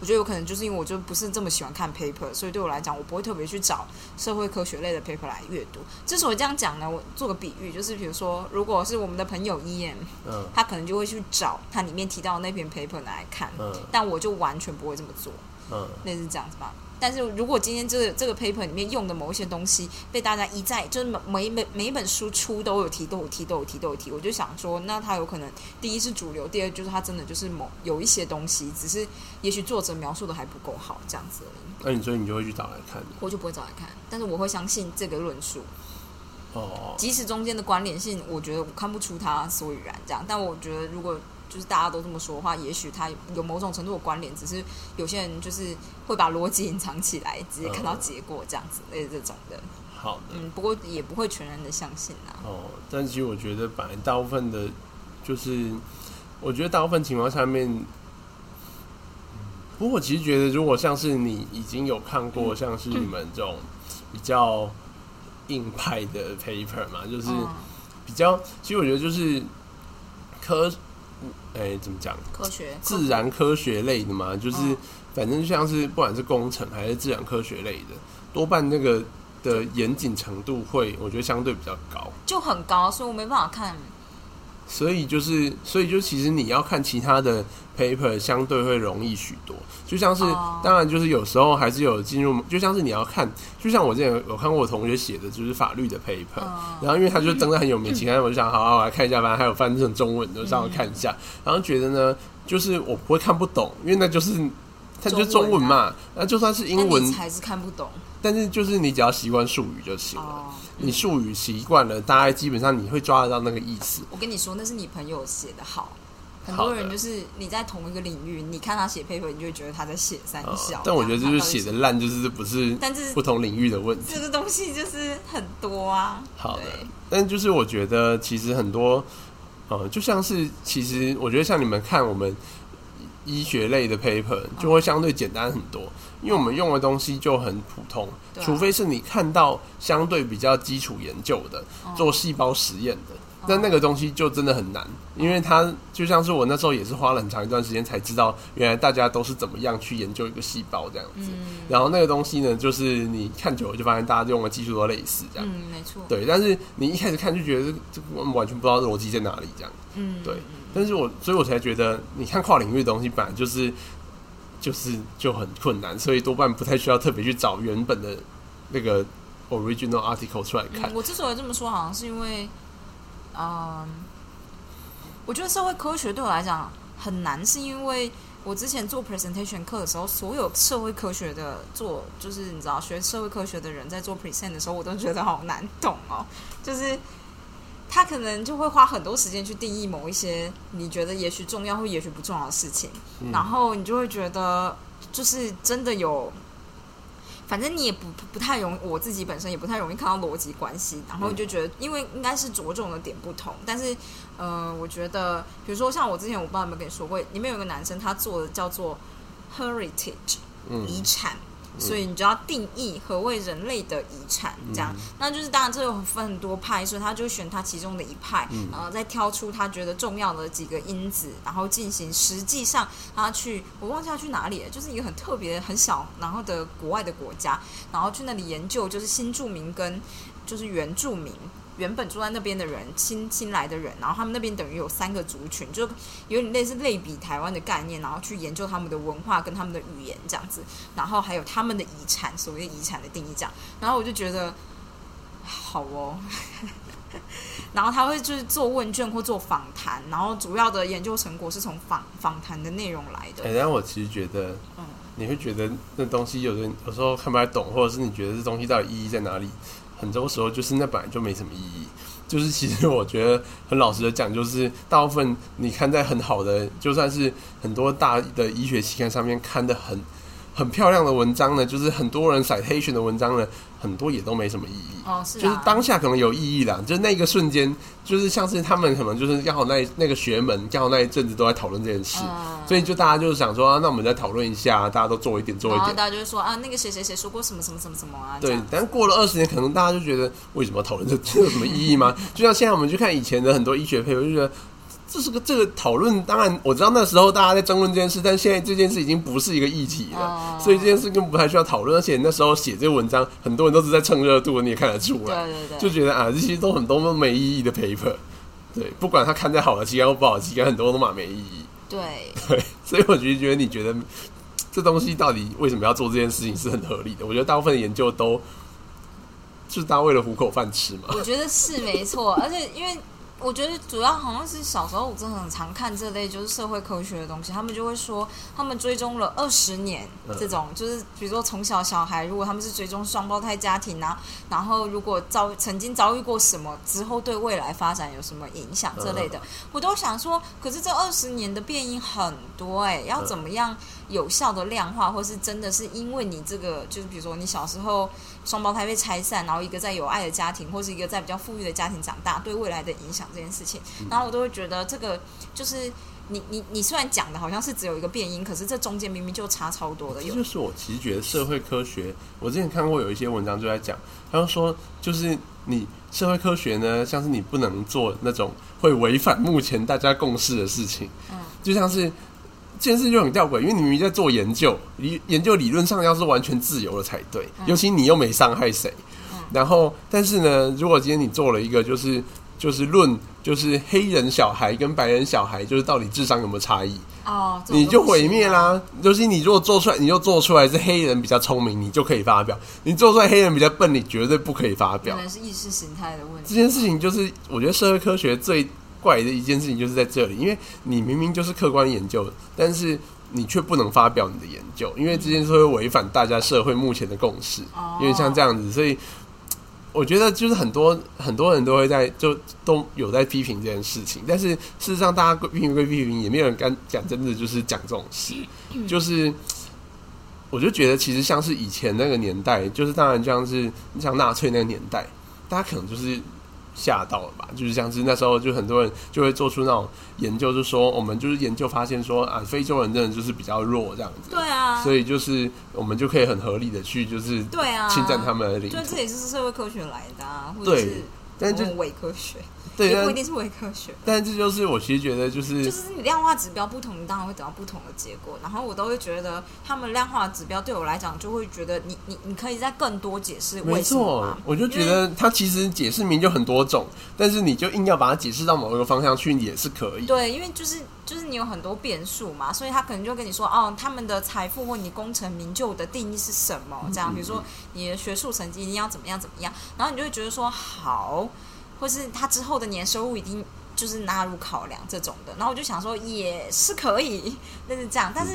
S1: 我觉得有可能就是因为我就不是这么喜欢看 paper，所以对我来讲，我不会特别去找社会科学类的 paper 来阅读。之所以这样讲呢，我做个比喻，就是比如说，如果是我们的朋友 EM，
S2: 嗯，
S1: 他可能就会去找他里面提到的那篇 paper 拿来看，
S2: 嗯，
S1: 但我就完全不会这么做。
S2: 嗯，
S1: 类似这样子吧。但是如果今天这个这个 paper 里面用的某一些东西被大家一再就是每每每一本书出都有提都有提都有提都有提，我就想说，那它有可能第一是主流，第二就是它真的就是某有一些东西，只是也许作者描述的还不够好这样子而已，
S2: 那你所以你就会去找来看，
S1: 我就不会找来看。但是我会相信这个论述，
S2: 哦，
S1: 即使中间的关联性，我觉得我看不出它所以然这样。但我觉得如果就是大家都这么说的话，也许它有某种程度的关联，只是有些人就是会把逻辑隐藏起来，直接看到结果这样子，类似这种的。
S2: 好的，
S1: 嗯，不过也不会全然的相信啦。
S2: 哦，但其实我觉得，本来大部分的，就是我觉得大部分情况下面，嗯不过我其实觉得，如果像是你已经有看过，像是你们这种比较硬派的 paper 嘛，就是
S1: 嗯，
S2: 比较，其实我觉得就是科，哎、怎么讲？
S1: 科学
S2: 自然科学类的嘛，就是
S1: 嗯
S2: 反正就像是不管是工程还是自然科学类的，多半那个的严谨程度会，我觉得相对比较高。
S1: 就很高，所以我没办法看。
S2: 所以就是，所以就其实你要看其他的 paper 相对会容易许多，就像是、
S1: 哦
S2: 当然就是有时候还是有进入，就像是你要看，就像我之前有有看过我同学写的就是法律的 paper，、
S1: 嗯
S2: 然后因为他就登的很有名，其他我就想好好我来看一下，反正还有翻成中文，就上我看一下，
S1: 嗯
S2: 然后觉得呢，就是我不会看不懂，因为那就是它就是中文嘛，那、就算是英
S1: 那你
S2: 文，
S1: 还是看不懂
S2: 但是就是你只要习惯术语就行了，
S1: 哦。
S2: 你术语习惯了，大概基本上你会抓得到那个意思。
S1: 我跟你说，那是你朋友写的好。很
S2: 好
S1: 多
S2: 的
S1: 人就是你在同一个领域，你看他写 paper，你就会觉得他在写三
S2: 哦
S1: 小、
S2: 但我觉得
S1: 这
S2: 就
S1: 样
S2: 是
S1: 他到底
S2: 写的烂，就是不是
S1: 但是
S2: 不同领域的问题。
S1: 这个东西就是很多啊。
S2: 好的
S1: 对，
S2: 但就是我觉得其实很多，呃，就像是其实我觉得像你们看我们医学类的 paper 就
S1: 嗯
S2: 会相对简单很多，因为我们用的东西就很普通，
S1: 对啊
S2: 除非是你看到相对比较基础研究的
S1: 嗯
S2: 做细胞实验的。但那个东西就真的很难，
S1: 嗯
S2: 因为它就像是我那时候也是花了很长一段时间才知道，原来大家都是怎么样去研究一个细胞这样
S1: 嗯
S2: 子。然后那个东西呢，就是你看久了就发现大家用的技术都类似这样。
S1: 嗯，没错，
S2: 对，但是你一开始看就觉得这这我们完全不知道逻辑在哪里这样。
S1: 嗯，
S2: 对，但是我所以我才觉得，你看跨领域的东西本来就是就是就很困难，所以多半不太需要特别去找原本的那个 original article 出来看
S1: 嗯。我之所以这么说，好像是因为，嗯，我觉得社会科学对我来讲很难，是因为我之前做 presentation 课的时候，所有社会科学的做，就是你知道学社会科学的人在做 present 的时候，我都觉得好难懂哦，就是。他可能就会花很多时间去定义某一些你觉得也许重要或也许不重要的事情，
S2: 嗯
S1: 然后你就会觉得就是真的有反正你也不不不太容易，我自己本身也不太容易看到逻辑关系，然后就觉得，因为应该是着重的点不同，但是，呃，我觉得，比如说像我之前我不知道有没有跟你说过，里面有一个男生他做的叫做 heritage
S2: 嗯
S1: 遗产，所以你就要定义何谓人类的遗产，这
S2: 嗯
S1: 样，那就是当然这有分很多派，所以他就选他其中的一派，
S2: 嗯
S1: 然后再挑出他觉得重要的几个因子，然后进行实际上他去，我忘记他去哪里了，就是一个很特别、很小，然后的国外的国家，然后去那里研究，就是新住民跟就是原住民。原本住在那边的人，新新来的人，然后他们那边等于有三个族群，就有点类似类比台湾的概念，然后去研究他们的文化跟他们的语言这样子，然后还有他们的遗产，所谓的遗产的定义这样。然后我就觉得，好哦。 (laughs) 然后他会就是做问卷或做访谈，然后主要的研究成果是从访访谈的内容来的。
S2: 哎、但我其实觉得
S1: 嗯，
S2: 你会觉得那东西有的有时候看不太懂，或者是你觉得这东西到底意义在哪里？很多时候就是那本来就没什么意义。就是其实我觉得很老实的讲，就是大部分你看在很好的，就算是很多大的医学期刊上面看的很很漂亮的文章呢，就是很多人 citation 的文章呢，很多也都没什么意义。
S1: 哦，是啊，
S2: 就是当下可能有意义啦，就是那个瞬间，就是像是他们可能就是刚好那一那个学门刚好那一阵子都在讨论这件事，
S1: 嗯
S2: 所以就大家就是想说、啊，那我们再讨论一下，大家都做一点，做一
S1: 然后
S2: 点。
S1: 大家就会说啊，那个谁谁谁说过什么什么什么什么啊，这
S2: 对
S1: 样，
S2: 但过了二十年，可能大家就觉得为什么要讨论这这有什么意义
S1: (laughs)
S2: 吗？就像现在我们去看以前的很多医学配，我就觉得这是个这个讨论。当然我知道那时候大家在争论这件事，但现在这件事已经不是一个议题了，
S1: 哦
S2: 所以这件事更不太需要讨论。而且那时候写这个文章，很多人都是在蹭热度，你也看得出来。
S1: 对对
S2: 就
S1: 对，
S2: 觉得啊，这些都很多都没意义的 paper，对，不管他看在好的期刊或不好的期刊，很多都蛮没意义，
S1: 对，
S2: 对，所以我就觉得你觉得嗯这东西到底为什么要做这件事情是很合理的，我觉得大部分的研究都就是大家为了糊口饭吃嘛，
S1: 我觉得是没错，而且因为。我觉得主要好像是小时候我真的很常看这类就是社会科学的东西，他们就会说他们追踪了二十年
S2: 嗯
S1: 这种，就是比如说从小小孩如果他们是追踪双胞胎家庭啊，然后如果遭曾经遭遇过什么之后对未来发展有什么影响这类的，我都想说，可是这二十年的变因很多哎、要怎么样有效的量化，或是真的是因为你这个，就是比如说你小时候双胞胎被拆散，然后一个在有爱的家庭，或是一个在比较富裕的家庭长大，对未来的影响这件事情，
S2: 嗯
S1: 然后我都会觉得这个就是。你你你虽然讲的好像是只有一个变因，可是这中间明明就差超多的。
S2: 这
S1: 有
S2: 就是我其实觉得社会科学，我之前看过有一些文章就在讲，他就说就是你社会科学呢，像是你不能做那种会违反目前大家共识的事情，
S1: 嗯，
S2: 就像是。这件事就很吊诡，因为你明明在做研究，理研究理论上要是完全自由了才对，
S1: 嗯
S2: 尤其你又没伤害谁。然后，但是呢，如果今天你做了一个就是就是论就是黑人小孩跟白人小孩，就是到底智商有没有差异，
S1: 哦，这种
S2: 你就
S1: 东西
S2: 毁灭啦。尤其你如果做出来，你就做出来是黑人比较聪明，你就可以发表；你做出来黑人比较笨，你绝对不可以发
S1: 可
S2: 表。
S1: 啊能是意识形态的问
S2: 这
S1: 题。
S2: 件事情就是我觉得社会科学最怪的一件事情就是在这里，因为你明明就是客观研究，但是你却不能发表你的研究，因为这件事会违反大家社会目前的共识，
S1: 哦
S2: 有点像这样子，所以。我觉得就是很多很多人都会在就都有在批评这件事情，但是事实上大家归批评归批评，也没有人敢讲真的就是讲这种事，就是我就觉得其实像是以前那个年代，就是当然像是像纳粹那个年代，大家可能就是吓到了吧？就是像是那时候就很多人就会做出那种研究，就说我们就是研究发现说啊，非洲人真的就是比较弱这样子，
S1: 对啊，
S2: 所以就是我们就可以很合理的去就是
S1: 对啊，
S2: 侵占他们的领
S1: 对，这
S2: 土。
S1: 也是社会科学来的啊，或者是
S2: 对但就
S1: 我们伪科学，
S2: 对，
S1: 也不一
S2: 但
S1: 定是伪科学，
S2: 但这就是我其实觉得就是
S1: 就是你量化指标不同，你当然会得到不同的结果。然后我都会觉得他们量化的指标对我来讲，就会觉得你你你可以再更多解释
S2: 没
S1: 为什么
S2: 错
S1: 嘛，
S2: 我就觉得它其实解释明就很多种，但是你就硬要把它解释到某一个方向去也是可以。
S1: 对，因为就是就是你有很多变数嘛，所以他可能就跟你说，哦，他们的财富或你功成名就的定义是什么？
S2: 嗯
S1: 这样，比如说你的学术成绩一定要怎么样怎么样，然后你就会觉得说好，或是他之后的年收入一定就是纳入考量这种的。然后我就想说也是可以，但是这样，但是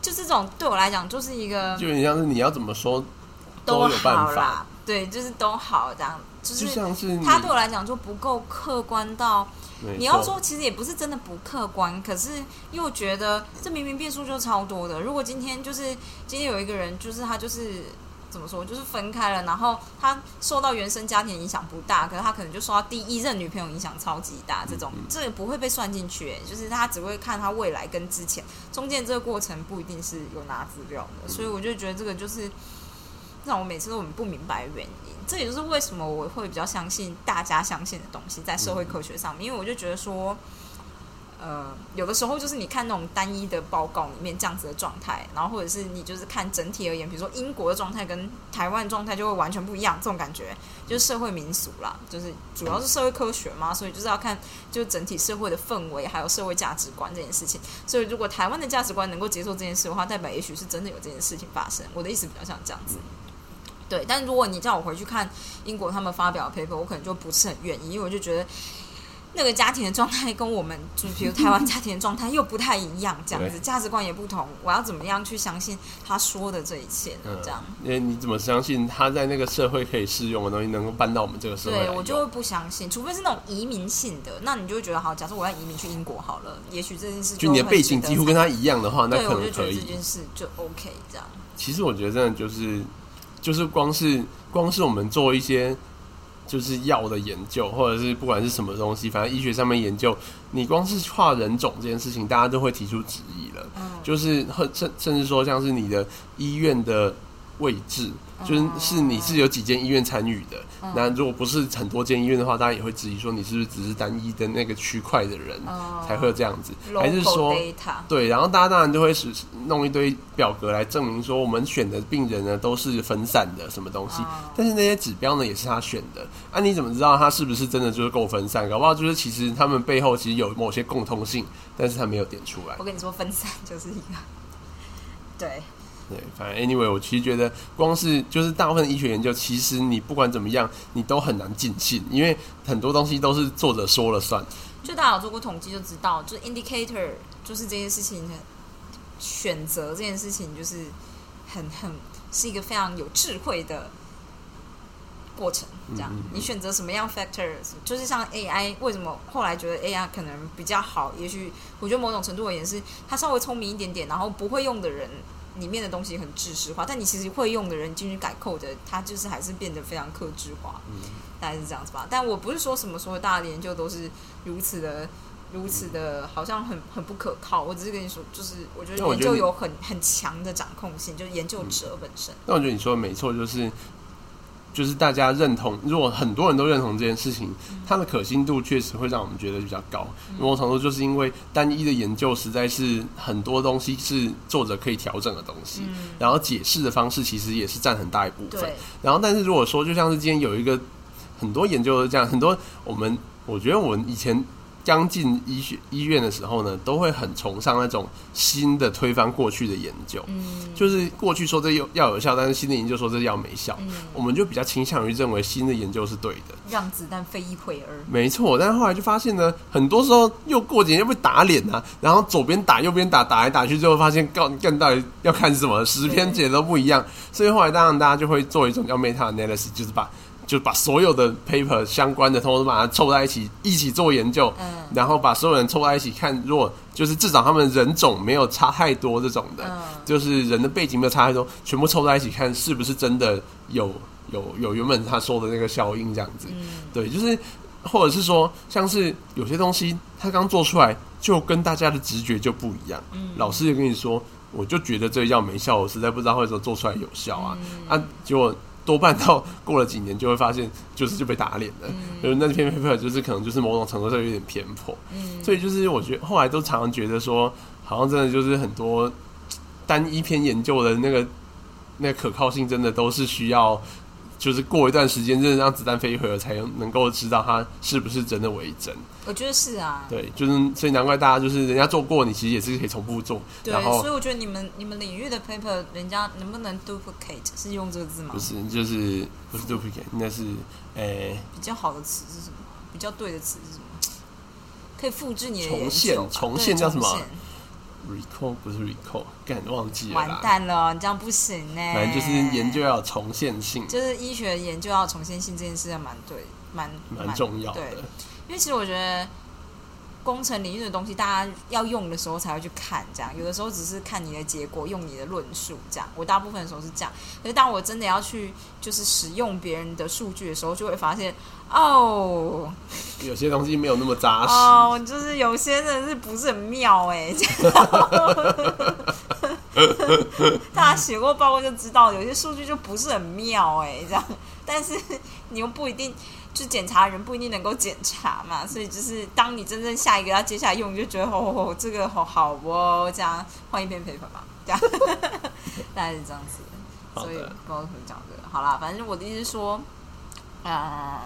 S1: 就这种对我来讲就是一个
S2: 嗯就有点像是你要怎么说，
S1: 都
S2: 有办
S1: 好
S2: 法
S1: 啦，对，就是都好这样，就
S2: 就是像是你
S1: 他对我来讲就不够客观到。
S2: 没
S1: 你要
S2: 错
S1: 说其实也不是真的不客观，可是又觉得这明明变数就超多的。如果今天就是今天有一个人，就是他就是怎么说，就是分开了，然后他受到原生家庭影响不大，可是他可能就受到第一任女朋友影响超级大，这种这个不会被算进去，欸就是他只会看他未来跟之前中间这个过程不一定是有拿资料的，所以我就觉得这个就是。让我每次都很不明白原因。这也就是为什么我会比较相信大家相信的东西在社会科学上面，因为我就觉得说，呃，有的时候就是你看那种单一的报告里面这样子的状态，然后或者是你就是看整体而言，比如说英国的状态跟台湾的状态就会完全不一样，这种感觉就是社会民俗啦，就是主要是社会科学嘛，所以就是要看就整体社会的氛围还有社会价值观这件事情。所以如果台湾的价值观能够接受这件事的话，代表也许是真的有这件事情发生。我的意思比较像这样子。对，但如果你叫我回去看英国他们发表的 paper，我可能就不是很愿意，因为我就觉得那个家庭的状态跟我们就比如台湾家庭的状态又不太一样，这样子
S2: 对
S1: 价值观也不同，我要怎么样去相信他说的这一切呢
S2: 嗯？
S1: 这样，
S2: 因为你怎么相信他在那个社会可以适用的东西能够搬到我们这个社会来
S1: 对
S2: 用？
S1: 我就会不相信，除非是那种移民性的，那你就会觉得好，假设我要移民去英国好了，也许这件事
S2: 就你的
S1: 会
S2: 背
S1: 值
S2: 景
S1: 得
S2: 几乎跟他一样的话，那
S1: 对，我
S2: 可
S1: 就
S2: 能
S1: 觉
S2: 可
S1: 得
S2: 以
S1: 这。件事就 OK 这样。
S2: 其实我觉得真的就是，就是光是光是我们做一些就是药的研究，或者是不管是什么东西，反正医学上面研究，你光是跨人种这件事情，大家都会提出质疑了。
S1: 嗯
S2: 就是很甚甚至说像是你的医院的位置，就是是你是有几间医院参与的。
S1: 嗯
S2: 那如果不是很多间医院的话，大家也会质疑说你是不是只是单一的那个区块的人
S1: 哦
S2: 才会有这样子，还是
S1: Local
S2: 说
S1: data，
S2: 对，然后大家当然就会使弄一堆表格来证明说我们选的病人呢都是分散的什么东西，但是那些指标呢也是他选的，啊你怎么知道他是不是真的就是够分散？搞不好就是其实他们背后其实有某些共通性，但是他没有点出来
S1: 我。跟你说，分散 (laughs) 就是一个，对，
S2: 对，反正 anyway，我其实觉得光是就是大部分的医学研究，其实你不管怎么样，你都很难尽信，因为很多东西都是作者说了算。
S1: 就大家有做过统计就知道，就是 indicator 就是这件事情的选择这件事情就是很很是一个非常有智慧的过程。这样，你选择什么样 factor，就是像 AI 为什么后来觉得 AI 可能比较好？也许我觉得某种程度而言是它稍微聪明一点点，然后不会用的人。里面的东西很知识化，但你其实会用的人进去改 code，它就是还是变得非常克制化，
S2: 嗯
S1: 大概是这样子吧。但我不是说什么所有大家的研究都是如此的、如此的，好像很很不可靠。我只是跟你说，就是我觉得
S2: 但我
S1: 研
S2: 觉得
S1: 究
S2: 你嗯
S1: 有很很强的掌控性，就是研究者本身。
S2: 但我觉得你说的没错，就是就是大家认同，如果很多人都认同这件事情，它的可信度确实会让我们觉得比较高。某种程度就是因为单一的研究实在是很多东西是作者可以调整的东西，然后解释的方式其实也是占很大一部分。
S1: 对，
S2: 然后，但是如果说就像是今天有一个很多研究都是这样，很多我们我觉得我们以前刚进医学医院的时候呢，都会很崇尚那种新的推翻过去的研究，
S1: 嗯
S2: 就是过去说这有药有效，但是新的研究说这药没效，
S1: 嗯，
S2: 我们就比较倾向于认为新的研究是对的。
S1: 让子弹飞一会儿。
S2: 没错，但是后来就发现呢，很多时候又过几年又被打脸啊，然后左边打右边打，打来打去，最后发现干干到底要看什么，十篇解都不一样，所以后来当然大家就会做一种叫 meta analysis，就是把就把所有的 paper 相关的，通通把它凑在一起一起做研究，
S1: 嗯
S2: 然后把所有人凑在一起看，如果就是至少他们人种没有差太多这种的，
S1: 嗯
S2: 就是人的背景没有差太多，全部凑在一起看是不是真的有有有原本他说的那个效应这样子。
S1: 嗯，
S2: 对，就是或者是说，像是有些东西它刚做出来就跟大家的直觉就不一样，
S1: 嗯
S2: 老师也跟你说，我就觉得这个药没效，我实在不知道为什么做出来有效啊、
S1: 嗯
S2: 啊，结果多半到过了几年就会发现，就是就被打脸了。就是那篇 paper 就是可能就是某种程度上有点偏颇，
S1: 嗯
S2: 所以就是我觉得后来都常常觉得说，好像真的就是很多嘖单一篇研究的那个那个可靠性，真的都是需要就是过一段时间，真的让子弹飞一会儿，才能够知道它是不是真的为真。
S1: 我觉得是啊，
S2: 对，就是所以难怪大家就是人家做过，你其实也是可以重复做，
S1: 对，
S2: 然后
S1: 所以我觉得你们你们领域的 paper，人家能不能 duplicate 是用这个字吗
S2: 不？是就是不是 duplicate，应该是诶、
S1: 比较好的词是什么？比较对的词是什么？可以复制你的
S2: 重
S1: 研
S2: 现
S1: 究吧
S2: 重
S1: 对
S2: 现叫什么
S1: 重现
S2: recall 不是 recall，干忘记了
S1: 完
S2: 啦。
S1: 蛋了，你这样不行呢、
S2: 反正就是研究，要有重现性，
S1: 就是医学研究要重现性这件事，蛮对，蛮
S2: 蛮重要的
S1: 对。，因为其实我觉得工程领域的东西，大家要用的时候才会去看，这样有的时候只是看你的结果，用你的论述这样。我大部分的时候是这样，可是当我真的要去就是使用别人的数据的时候，就会发现哦
S2: 有些东西没有那么扎实。
S1: 哦，就是有些真的是不是很妙哎、这样 (laughs) 大家写过报告就知道，有些数据就不是很妙哎、这样。但是你又不一定，就检查人不一定能够检查嘛，所以就是当你真正下一个要接下来用，你就觉得哦，这个好好哦，这样换一篇 paper 吧，这样 (laughs) 大概是这样子的。
S2: 好
S1: 所
S2: 的
S1: 以不知道怎么讲这个，好啦，反正我的意思是说，嗯，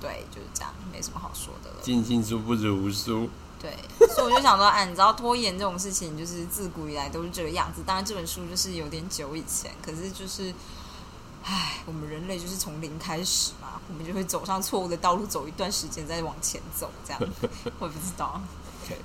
S1: 对，就是这样，没什么好说的了。
S2: 尽信书不如书，
S1: 对，所以我就想说，哎、你知道拖延这种事情，就是自古以来都是这个样子。当然，这本书就是有点久以前，可是就是，唉，我们人类就是从零开始嘛，我们就会走上错误的道路，走一段时间再往前走，这样。我也不知道
S2: OK，